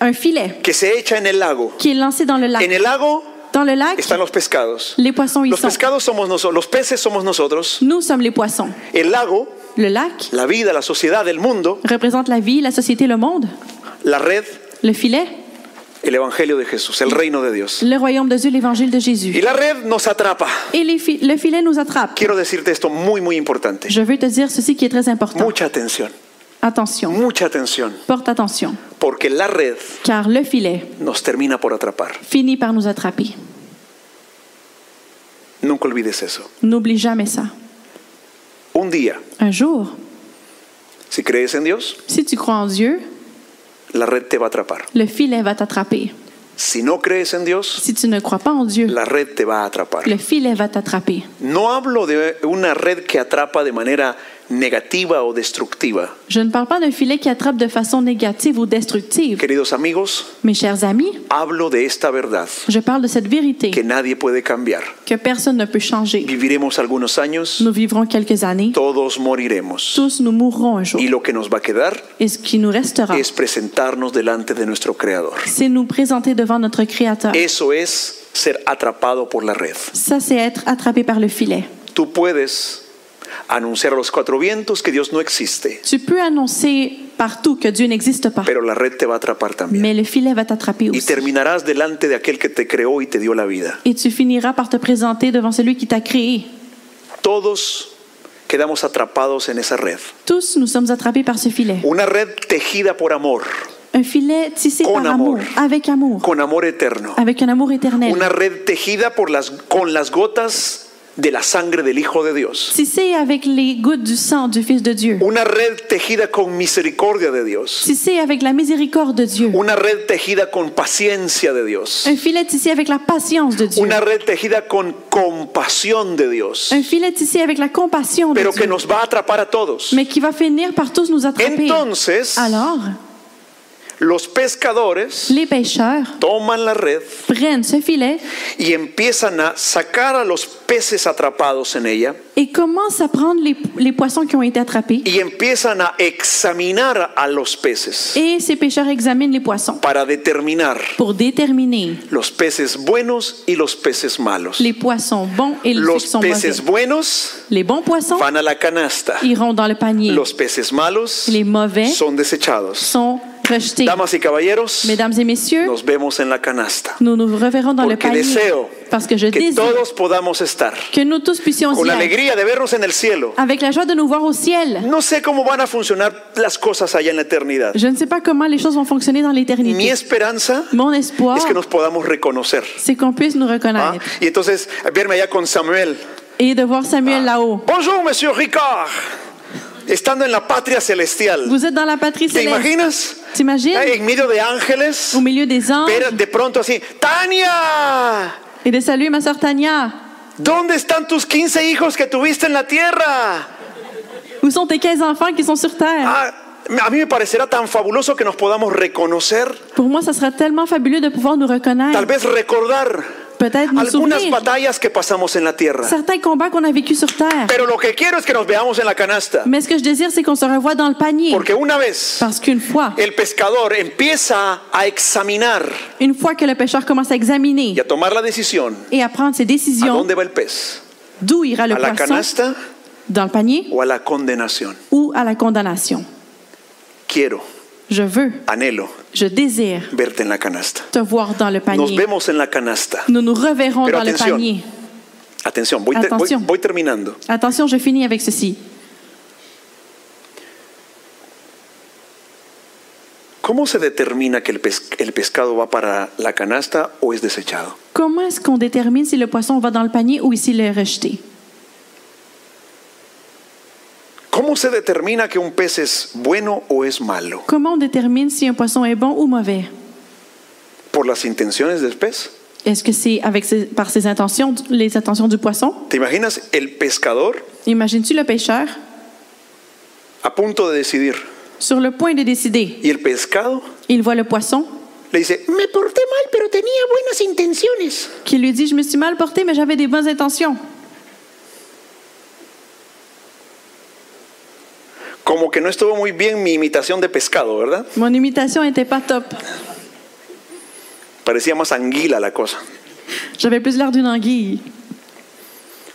Speaker 3: un filet
Speaker 2: que se echa en el lago.
Speaker 3: qui est lancé dans le lac.
Speaker 2: En el lago
Speaker 3: Dans le lac,
Speaker 2: están los pescados.
Speaker 3: les poissons y
Speaker 2: Los
Speaker 3: sont.
Speaker 2: pescados somos nosotros, los peces somos nosotros.
Speaker 3: Nous sommes les poissons.
Speaker 2: El lago,
Speaker 3: Le lac
Speaker 2: la vida, la sociedad, el mundo,
Speaker 3: représente la vie, la société, le monde.
Speaker 2: la red,
Speaker 3: Le filet,
Speaker 2: el evangelio de Jesús, el reino de Dios.
Speaker 3: le royaume de Dieu, l'évangile de
Speaker 2: Y
Speaker 3: Jésus.
Speaker 2: la red nos atrapa.
Speaker 3: Et les fi- le filet nous attrape.
Speaker 2: Quiero decirte esto muy, muy importante.
Speaker 3: Je veux te dire ceci qui est très important.
Speaker 2: Mucha atención,
Speaker 3: Attention,
Speaker 2: mucha atención,
Speaker 3: porte attention,
Speaker 2: porque la red
Speaker 3: car le filet
Speaker 2: nos termina por atrapar.
Speaker 3: finit par nous attraper.
Speaker 2: Nunca olvides eso.
Speaker 3: N'oublie jamais ça.
Speaker 2: Un día,
Speaker 3: Un jour,
Speaker 2: si crees en Dios,
Speaker 3: si tu crois en Dieu,
Speaker 2: la red te va a atrapar.
Speaker 3: le filet va t'attraper.
Speaker 2: Si no crees en Dios,
Speaker 3: Si tu ne crois pas en Dieu,
Speaker 2: la red te va a atrapar.
Speaker 3: le filet va t'attraper.
Speaker 2: No hablo de una red que atrapa de manera negativa o destructiva.
Speaker 3: Je ne parle pas d'un filet qui attrape de façon négative ou destructive.
Speaker 2: Queridos amigos,
Speaker 3: Mes chers amis,
Speaker 2: hablo de esta verdad
Speaker 3: je parle de cette vérité
Speaker 2: que nadie puede cambiar.
Speaker 3: que personne ne peut changer.
Speaker 2: Viviremos algunos años,
Speaker 3: Nous vivrons quelques années,
Speaker 2: todos moriremos.
Speaker 3: tous nous mourrons un jour.
Speaker 2: Y lo que nos va a quedar
Speaker 3: Et ce qui nous restera,
Speaker 2: es presentarnos delante de nuestro Creador.
Speaker 3: c'est nous présenter devant notre Créateur.
Speaker 2: Eso es ser atrapado por la red.
Speaker 3: Ça, c'est être attrapé par le filet.
Speaker 2: Tú puedes anunciar a los cuatro vientos que Dios no existe,
Speaker 3: Tu peux annoncer partout que Dieu n'existe pas,
Speaker 2: pero la red te va a atrapar también.
Speaker 3: mais le filet va t'attraper
Speaker 2: Y
Speaker 3: aussi.
Speaker 2: terminarás delante de aquel que te creó y te dio la vida.
Speaker 3: Et tu finiras par te présenter devant celui qui t'a créé.
Speaker 2: Todos quedamos atrapados en esa red.
Speaker 3: Tous nous sommes attrapés par ce filet.
Speaker 2: Una red tejida por amor,
Speaker 3: Un filet tissé
Speaker 2: Con
Speaker 3: par
Speaker 2: amour.
Speaker 3: amour, avec amour,
Speaker 2: con amor eterno.
Speaker 3: avec un amour éternel.
Speaker 2: Una red tejida por las, con las gotas de la sangre del Hijo de Dios.
Speaker 3: Tissé avec les gouttes du sang du Fils de Dieu.
Speaker 2: Una red tejida con misericordia de Dios.
Speaker 3: Tissé avec la miséricorde de Dieu.
Speaker 2: Una red tejida con paciencia de Dios.
Speaker 3: Un filet tissé avec la patience de Dieu.
Speaker 2: Una red tejida con compasión de Dios.
Speaker 3: Un filet tissé avec la compassion de
Speaker 2: Pero
Speaker 3: Dieu.
Speaker 2: que nos va a atrapar a todos.
Speaker 3: Mais qui va finir par tous nous attraper.
Speaker 2: Entonces,
Speaker 3: Alors,
Speaker 2: los pescadores
Speaker 3: les pêcheurs
Speaker 2: toman la red
Speaker 3: prennent ce filet
Speaker 2: y empiezan a sacar a los peces atrapados en ella
Speaker 3: et commencent à prendre les, les poissons qui ont été attrapés.
Speaker 2: y empiezan a examinar a los peces
Speaker 3: Et ces pêcheurs examinent les poissons
Speaker 2: para determinar
Speaker 3: pour déterminer
Speaker 2: los peces buenos y los peces malos.
Speaker 3: les poissons bons et ceux qui
Speaker 2: Los
Speaker 3: sont mauvais.
Speaker 2: peces buenos
Speaker 3: Les bons poissons
Speaker 2: van a la canasta.
Speaker 3: iront dans le panier.
Speaker 2: Los peces malos
Speaker 3: Les mauvais
Speaker 2: son desechados.
Speaker 3: sont rejetés.
Speaker 2: Damas y caballeros,
Speaker 3: Mesdames et messieurs,
Speaker 2: nos vemos en la canasta.
Speaker 3: nous nous reverrons dans le
Speaker 2: Porque
Speaker 3: panier
Speaker 2: deseo
Speaker 3: parce que je
Speaker 2: que
Speaker 3: désire
Speaker 2: todos podamos estar
Speaker 3: que nous tous puissions
Speaker 2: con
Speaker 3: y
Speaker 2: la
Speaker 3: être
Speaker 2: alegría de vernos en el cielo.
Speaker 3: avec la joie de nous voir au ciel.
Speaker 2: No sé cómo van a funcionar las cosas allá en la eternidad.
Speaker 3: Je ne sais pas comment les choses vont fonctionner dans
Speaker 2: Mi
Speaker 3: l'éternité.
Speaker 2: esperanza
Speaker 3: Mon espoir,
Speaker 2: es que nos podamos reconocer.
Speaker 3: c'est qu'on puisse nous
Speaker 2: ¿ah?
Speaker 3: reconnaître
Speaker 2: Y entonces verme allá con Samuel.
Speaker 3: et de voir Samuel
Speaker 2: Ah.
Speaker 3: là-haut.
Speaker 2: Bonjour, Monsieur Ricard. Estando en la patria celestial.
Speaker 3: Vous êtes dans la patrie
Speaker 2: ¿Te
Speaker 3: céleste.
Speaker 2: imaginas?
Speaker 3: T'imagines?
Speaker 2: Ahí En medio de ángeles.
Speaker 3: Au milieu des anges
Speaker 2: Pero de pronto así, Tania,
Speaker 3: et de saluer Eh ma sœur Tania.
Speaker 2: ¿dónde están tus 15 hijos que tuviste en la tierra?
Speaker 3: Où sont tes 15 enfants qui sont sur terre?
Speaker 2: Ah, a mí me parecerá tan fabuloso que nos podamos reconocer,
Speaker 3: Pour moi, ça serait tellement fabuleux de pouvoir nous
Speaker 2: tal
Speaker 3: reconnaître.
Speaker 2: vez recordar
Speaker 3: Peut-être nous
Speaker 2: algunas
Speaker 3: souvenir
Speaker 2: batallas que pasamos en la tierra.
Speaker 3: certains combats qu'on a vécu sur terre.
Speaker 2: Pero lo que quiero es que nos veamos en la canasta,
Speaker 3: Mais ce que je désire, c'est qu'on se revoie dans le panier.
Speaker 2: porque una vez
Speaker 3: Parce qu'une fois,
Speaker 2: el pescador empieza a examinar
Speaker 3: une fois que le pêcheur commence
Speaker 2: y
Speaker 3: à examiner
Speaker 2: a tomar la decisión,
Speaker 3: et à prendre ses
Speaker 2: ¿a
Speaker 3: décisions,
Speaker 2: dónde va el pez?
Speaker 3: D'où ira le
Speaker 2: ¿A la
Speaker 3: poisson
Speaker 2: canasta
Speaker 3: Dans le panier
Speaker 2: o a la condenación?
Speaker 3: ou à la condamnation?
Speaker 2: Quiero,
Speaker 3: Je veux,
Speaker 2: anhelo
Speaker 3: je désire
Speaker 2: verte en la canasta.
Speaker 3: te voir dans le
Speaker 2: Nos
Speaker 3: panier.
Speaker 2: vemos en la canasta.
Speaker 3: Nous nous reverrons
Speaker 2: Pero
Speaker 3: dans le
Speaker 2: atención.
Speaker 3: panier.
Speaker 2: Atención, voy, ter- voy-
Speaker 3: Atención.
Speaker 2: voy terminando.
Speaker 3: Attention, je finis avec ceci.
Speaker 2: ¿Cómo se determina que el, pes- el pescado va para la canasta o es desechado?
Speaker 3: Comment est-ce qu'on détermine si le poisson va dans le panier ou s'il est rejeté?
Speaker 2: ¿Cómo se determina que un pez es bueno o es malo?
Speaker 3: Comment on détermine si un poisson est bon ou mauvais?
Speaker 2: ¿Por las intenciones del pez?
Speaker 3: Est-ce que c'est avec ses- par ses intentions, les intentions du poisson?
Speaker 2: ¿Te imaginas el pescador
Speaker 3: Imagines-tu le pêcheur
Speaker 2: a punto de decidir
Speaker 3: sur le point de décider?
Speaker 2: y el pescado
Speaker 3: Il voit le poisson
Speaker 2: le dice, me porté mal pero tenía buenas intenciones?
Speaker 3: qui lui dit Je me suis mal porté, mais j'avais des bonnes intentions.
Speaker 2: Como que no estuvo muy bien mi imitación de pescado, ¿verdad?
Speaker 3: Mon imitation n'était pas top.
Speaker 2: Parecía más anguila la cosa.
Speaker 3: J'avais plus l'air d'une anguille.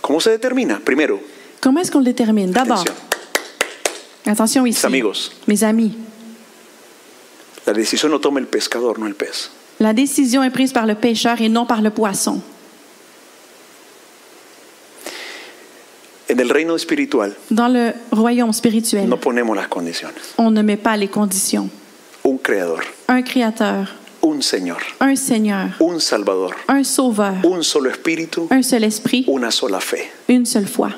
Speaker 2: ¿Cómo se determina? Primero,
Speaker 3: Comment est-ce qu'on le détermine? D'abord,
Speaker 2: atención,
Speaker 3: attention ici.
Speaker 2: mis amigos,
Speaker 3: Mes amis,
Speaker 2: la decisión lo toma el pescador, no el pez.
Speaker 3: la décision est prise par le pêcheur et non par le poisson.
Speaker 2: En el reino espiritual
Speaker 3: Dans le royaume spirituel,
Speaker 2: no ponemos las condiciones.
Speaker 3: on ne met pas les conditions.
Speaker 2: Un creador,
Speaker 3: Un créateur,
Speaker 2: un Señor,
Speaker 3: un Seigneur,
Speaker 2: un Salvador,
Speaker 3: un Sauveur,
Speaker 2: un solo espíritu,
Speaker 3: un seul esprit,
Speaker 2: una sola fe.
Speaker 3: une seule foi.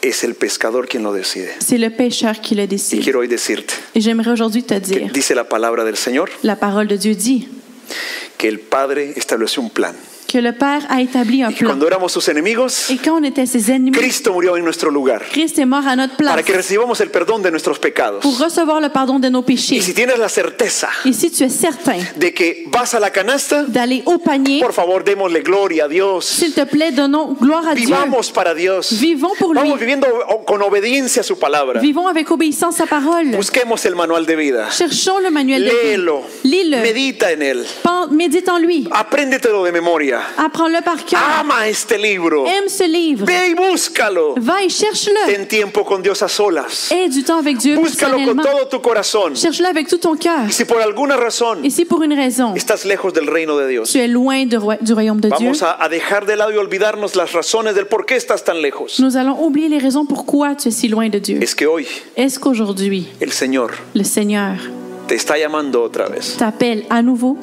Speaker 2: Es el pescador quien lo decide.
Speaker 3: C'est le pêcheur qui le
Speaker 2: Y
Speaker 3: décide.
Speaker 2: quiero hoy decirte,
Speaker 3: Et j'aimerais aujourd'hui te
Speaker 2: que
Speaker 3: dire,
Speaker 2: dice la palabra del Señor,
Speaker 3: la parole de Dieu dit
Speaker 2: que el Padre estableció un plan.
Speaker 3: que le Père a établi un
Speaker 2: Y
Speaker 3: plan.
Speaker 2: cuando éramos sus enemigos,
Speaker 3: Et quand on était ses ennemis,
Speaker 2: Cristo murió en nuestro lugar
Speaker 3: Christ est mort à notre
Speaker 2: para
Speaker 3: place
Speaker 2: que recibamos el perdón de nuestros pecados.
Speaker 3: pour recevoir le pardon de nos péchés.
Speaker 2: Y si tienes la certeza
Speaker 3: Et si tu es certain
Speaker 2: de que vas a la canasta,
Speaker 3: d'aller au panier,
Speaker 2: por favor, démosle gloria a Dios.
Speaker 3: s'il te plaît, donnons gloire à Dieu.
Speaker 2: Vivamos para Dios.
Speaker 3: Vivons pour lui.
Speaker 2: Vamos viviendo o- con obediencia a su palabra.
Speaker 3: Vivons avec obéissance à sa parole.
Speaker 2: Busquemos el manual de vida.
Speaker 3: Cherchons le manuel de
Speaker 2: Léelo.
Speaker 3: vie. Lis-le.
Speaker 2: Medita en él.
Speaker 3: Pen- Médite en lui.
Speaker 2: Apréndetelo de memoria.
Speaker 3: Apprends-le par cœur.
Speaker 2: Ama este libro.
Speaker 3: Aime ce livre.
Speaker 2: Ve y búscalo.
Speaker 3: Va et cherche-le.
Speaker 2: Ten tiempo con Dios a solas.
Speaker 3: Aie du temps avec Dieu
Speaker 2: Búscalo con
Speaker 3: personnellement.
Speaker 2: todo tu corazón.
Speaker 3: Cherche-le avec tout ton cœur.
Speaker 2: Y si por alguna razón
Speaker 3: Et si pour une raison,
Speaker 2: estás lejos del reino de Dios,
Speaker 3: tu es loin de roi- du royaume de Dieu,
Speaker 2: vamos a, a dejar de lado y olvidarnos las razones del por qué estás tan lejos.
Speaker 3: nous allons oublier les raisons pourquoi tu es si loin de Dieu.
Speaker 2: Es que hoy
Speaker 3: Est-ce qu'aujourd'hui,
Speaker 2: el Señor
Speaker 3: le Seigneur
Speaker 2: te está llamando otra vez.
Speaker 3: t'appelle à nouveau?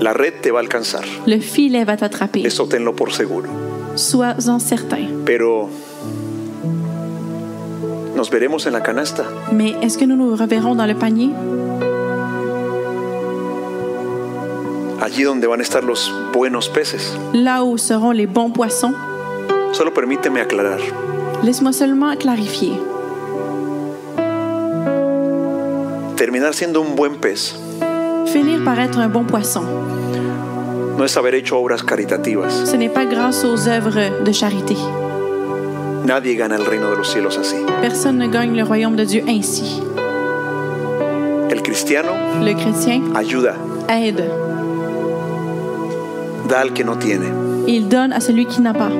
Speaker 2: La red te va a alcanzar.
Speaker 3: Le filet va t'attraper.
Speaker 2: Eso tenlo por seguro.
Speaker 3: Sois-en certain.
Speaker 2: Pero nos veremos en la canasta.
Speaker 3: Mais est-ce que nous nous reverrons dans le panier?
Speaker 2: allí donde van a estar los buenos peces.
Speaker 3: Là où seront les bons poissons?
Speaker 2: Solo permíteme aclarar.
Speaker 3: Laisse-moi seulement clarifier.
Speaker 2: Terminar siendo un buen pez
Speaker 3: Finir par être un bon poisson,
Speaker 2: no es haber hecho obras caritativas.
Speaker 3: ce n'est pas grâce aux œuvres de charité.
Speaker 2: Nadie gana el reino de los cielos así.
Speaker 3: Personne ne gagne le royaume de Dieu ainsi.
Speaker 2: El cristiano
Speaker 3: Le chrétien
Speaker 2: ayuda,
Speaker 3: aide.
Speaker 2: da al que no tiene,
Speaker 3: Il donne à celui qui n'a pas.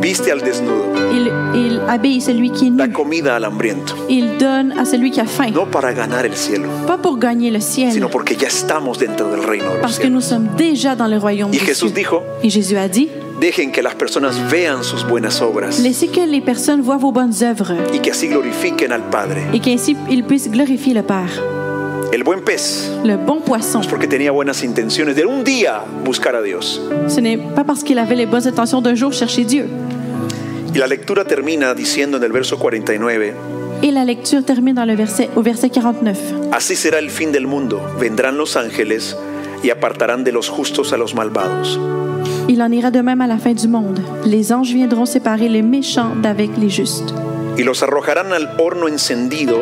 Speaker 2: viste al desnudo,
Speaker 3: Il, il habille celui qui est
Speaker 2: da
Speaker 3: nu.
Speaker 2: comida al hambriento.
Speaker 3: Il donne à celui qui a faim.
Speaker 2: No para ganar el cielo,
Speaker 3: Pas pour gagner le ciel,
Speaker 2: sino porque ya estamos dentro del reino de los
Speaker 3: parce que nous
Speaker 2: cielos.
Speaker 3: sommes déjà dans le royaume
Speaker 2: Y
Speaker 3: de
Speaker 2: Jesús
Speaker 3: Dieu.
Speaker 2: dijo,
Speaker 3: Et Jésus a dit,
Speaker 2: dejen que las personas vean sus buenas obras
Speaker 3: laissez que les personnes voient vos bonnes œuvres
Speaker 2: y que así glorifiquen al Padre.
Speaker 3: et qu'ainsi ils puissent glorifier le Père.
Speaker 2: El buen pez
Speaker 3: Le bon poisson,
Speaker 2: es porque tenía buenas intenciones de un día buscar a Dios.
Speaker 3: ce n'est pas parce qu'il avait les bonnes intentions d'un jour chercher Dieu.
Speaker 2: Y la lectura termina diciendo en el verso 49,
Speaker 3: Et la lecture termine dans le verset, au verset 49.
Speaker 2: así será el fin del mundo, vendrán los ángeles y apartarán de los justos a los malvados.
Speaker 3: Il en ira de même à la fin du monde. Les anges viendront séparer les méchants d'avec les justes.
Speaker 2: Y los arrojarán al horno encendido,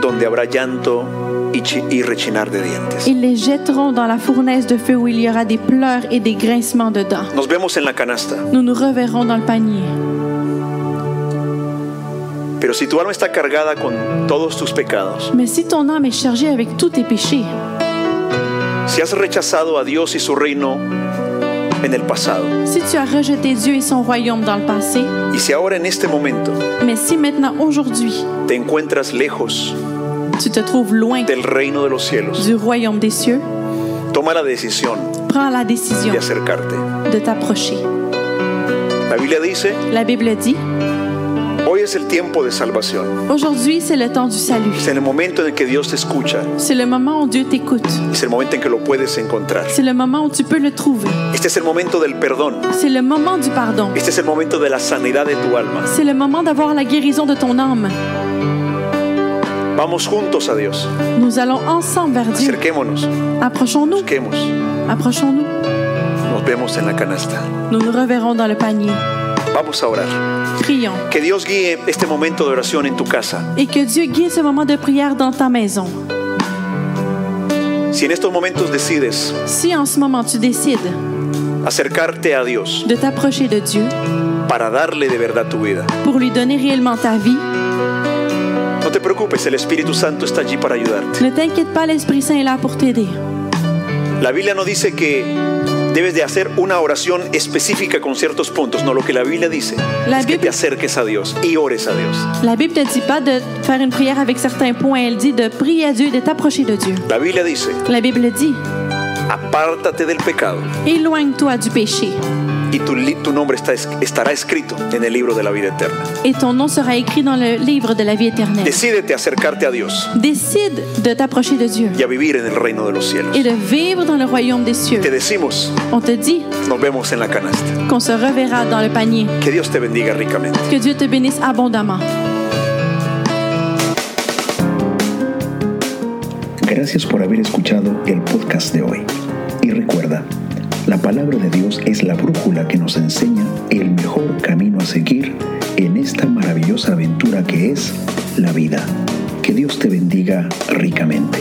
Speaker 2: donde habrá llanto y, chi- y rechinar de dientes.
Speaker 3: Ils les jetteront dans la fournaise de feu où il y aura des pleurs et des grincements de dents.
Speaker 2: Nos vemos en la canasta,
Speaker 3: Nous nous reverrons dans le panier.
Speaker 2: pero si tu alma está cargada con todos tus pecados,
Speaker 3: Mais si ton âme est chargée avec tous tes péchés,
Speaker 2: si has rechazado a Dios y su reino en el pasado.
Speaker 3: Si tu as rejeté Dieu et son royaume dans le passé,
Speaker 2: Y si ahora en este momento
Speaker 3: mais si maintenant, aujourd'hui,
Speaker 2: te encuentras lejos
Speaker 3: tu te trouves loin
Speaker 2: del reino de los cielos,
Speaker 3: du royaume des cieux,
Speaker 2: toma la decisión
Speaker 3: prends la décision
Speaker 2: de acercarte.
Speaker 3: de t'approcher.
Speaker 2: La Biblia dice,
Speaker 3: La Bible dit,
Speaker 2: hoy es el tiempo de salvación.
Speaker 3: aujourd'hui c'est le temps du salut.
Speaker 2: Es en el momento en el que Dios te escucha.
Speaker 3: C'est le moment où Dieu t'écoute.
Speaker 2: Es el momento en que lo puedes encontrar.
Speaker 3: C'est le moment où tu peux le trouver.
Speaker 2: Este es el momento del perdón.
Speaker 3: C'est le moment du pardon.
Speaker 2: Este es el momento de la sanidad de tu alma.
Speaker 3: C'est le moment d'avoir la guérison de ton âme.
Speaker 2: Vamos juntos a Dios.
Speaker 3: Nous allons ensemble vers Dieu.
Speaker 2: Acerquémonos.
Speaker 3: Approchons-nous.
Speaker 2: Busquemos.
Speaker 3: Approchons-nous.
Speaker 2: Nos vemos en la canasta.
Speaker 3: Nous nous reverrons dans le panier.
Speaker 2: Vamos a orar.
Speaker 3: Prions.
Speaker 2: Que Dios guíe este momento de oración en tu casa.
Speaker 3: Et que Dieu guide ce moment de prière dans ta maison.
Speaker 2: Si en estos momentos decides
Speaker 3: Si en ce moment tu décides
Speaker 2: acercarte a Dios
Speaker 3: de t'approcher de Dieu
Speaker 2: para darle de verdad tu vida,
Speaker 3: pour lui donner réellement ta vie,
Speaker 2: no te preocupes, el Espíritu Santo está allí para ayudarte.
Speaker 3: ne t'inquiète pas, l'Esprit Saint est là pour t'aider.
Speaker 2: La Biblia no dice que debes de hacer una oración específica con ciertos puntos. No, lo que la Biblia dice
Speaker 3: La
Speaker 2: es que te
Speaker 3: Biblia-
Speaker 2: acerques a Dios y ores a Dios.
Speaker 3: La Bible ne dit pas de faire une prière avec certains points. Elle dit de prier à Dieu et de t'approcher de Dieu.
Speaker 2: La Biblia dice,
Speaker 3: La Bible dit
Speaker 2: apártate del pecado
Speaker 3: Éloigne-toi du péché
Speaker 2: y tu, li- tu nombre está es- estará escrito en el libro de la vida eterna.
Speaker 3: et ton nom sera écrit dans le livre de la vie éternelle.
Speaker 2: Decídete a acercarte a Dios
Speaker 3: Décide de t'approcher de Dieu
Speaker 2: y a vivir en el reino de los cielos.
Speaker 3: et de vivre dans le royaume des cieux.
Speaker 2: Te decimos,
Speaker 3: On te dit
Speaker 2: nos vemos en la canasta.
Speaker 3: qu'on se reverra dans le panier.
Speaker 2: Que Dios te bendiga ricamente.
Speaker 3: Que Dieu te bénisse abondamment.
Speaker 1: Gracias por haber escuchado el podcast de hoy. Y recuerda, la palabra de Dios es la brújula que nos enseña el mejor camino a seguir en esta maravillosa aventura que es la vida. Que Dios te bendiga ricamente.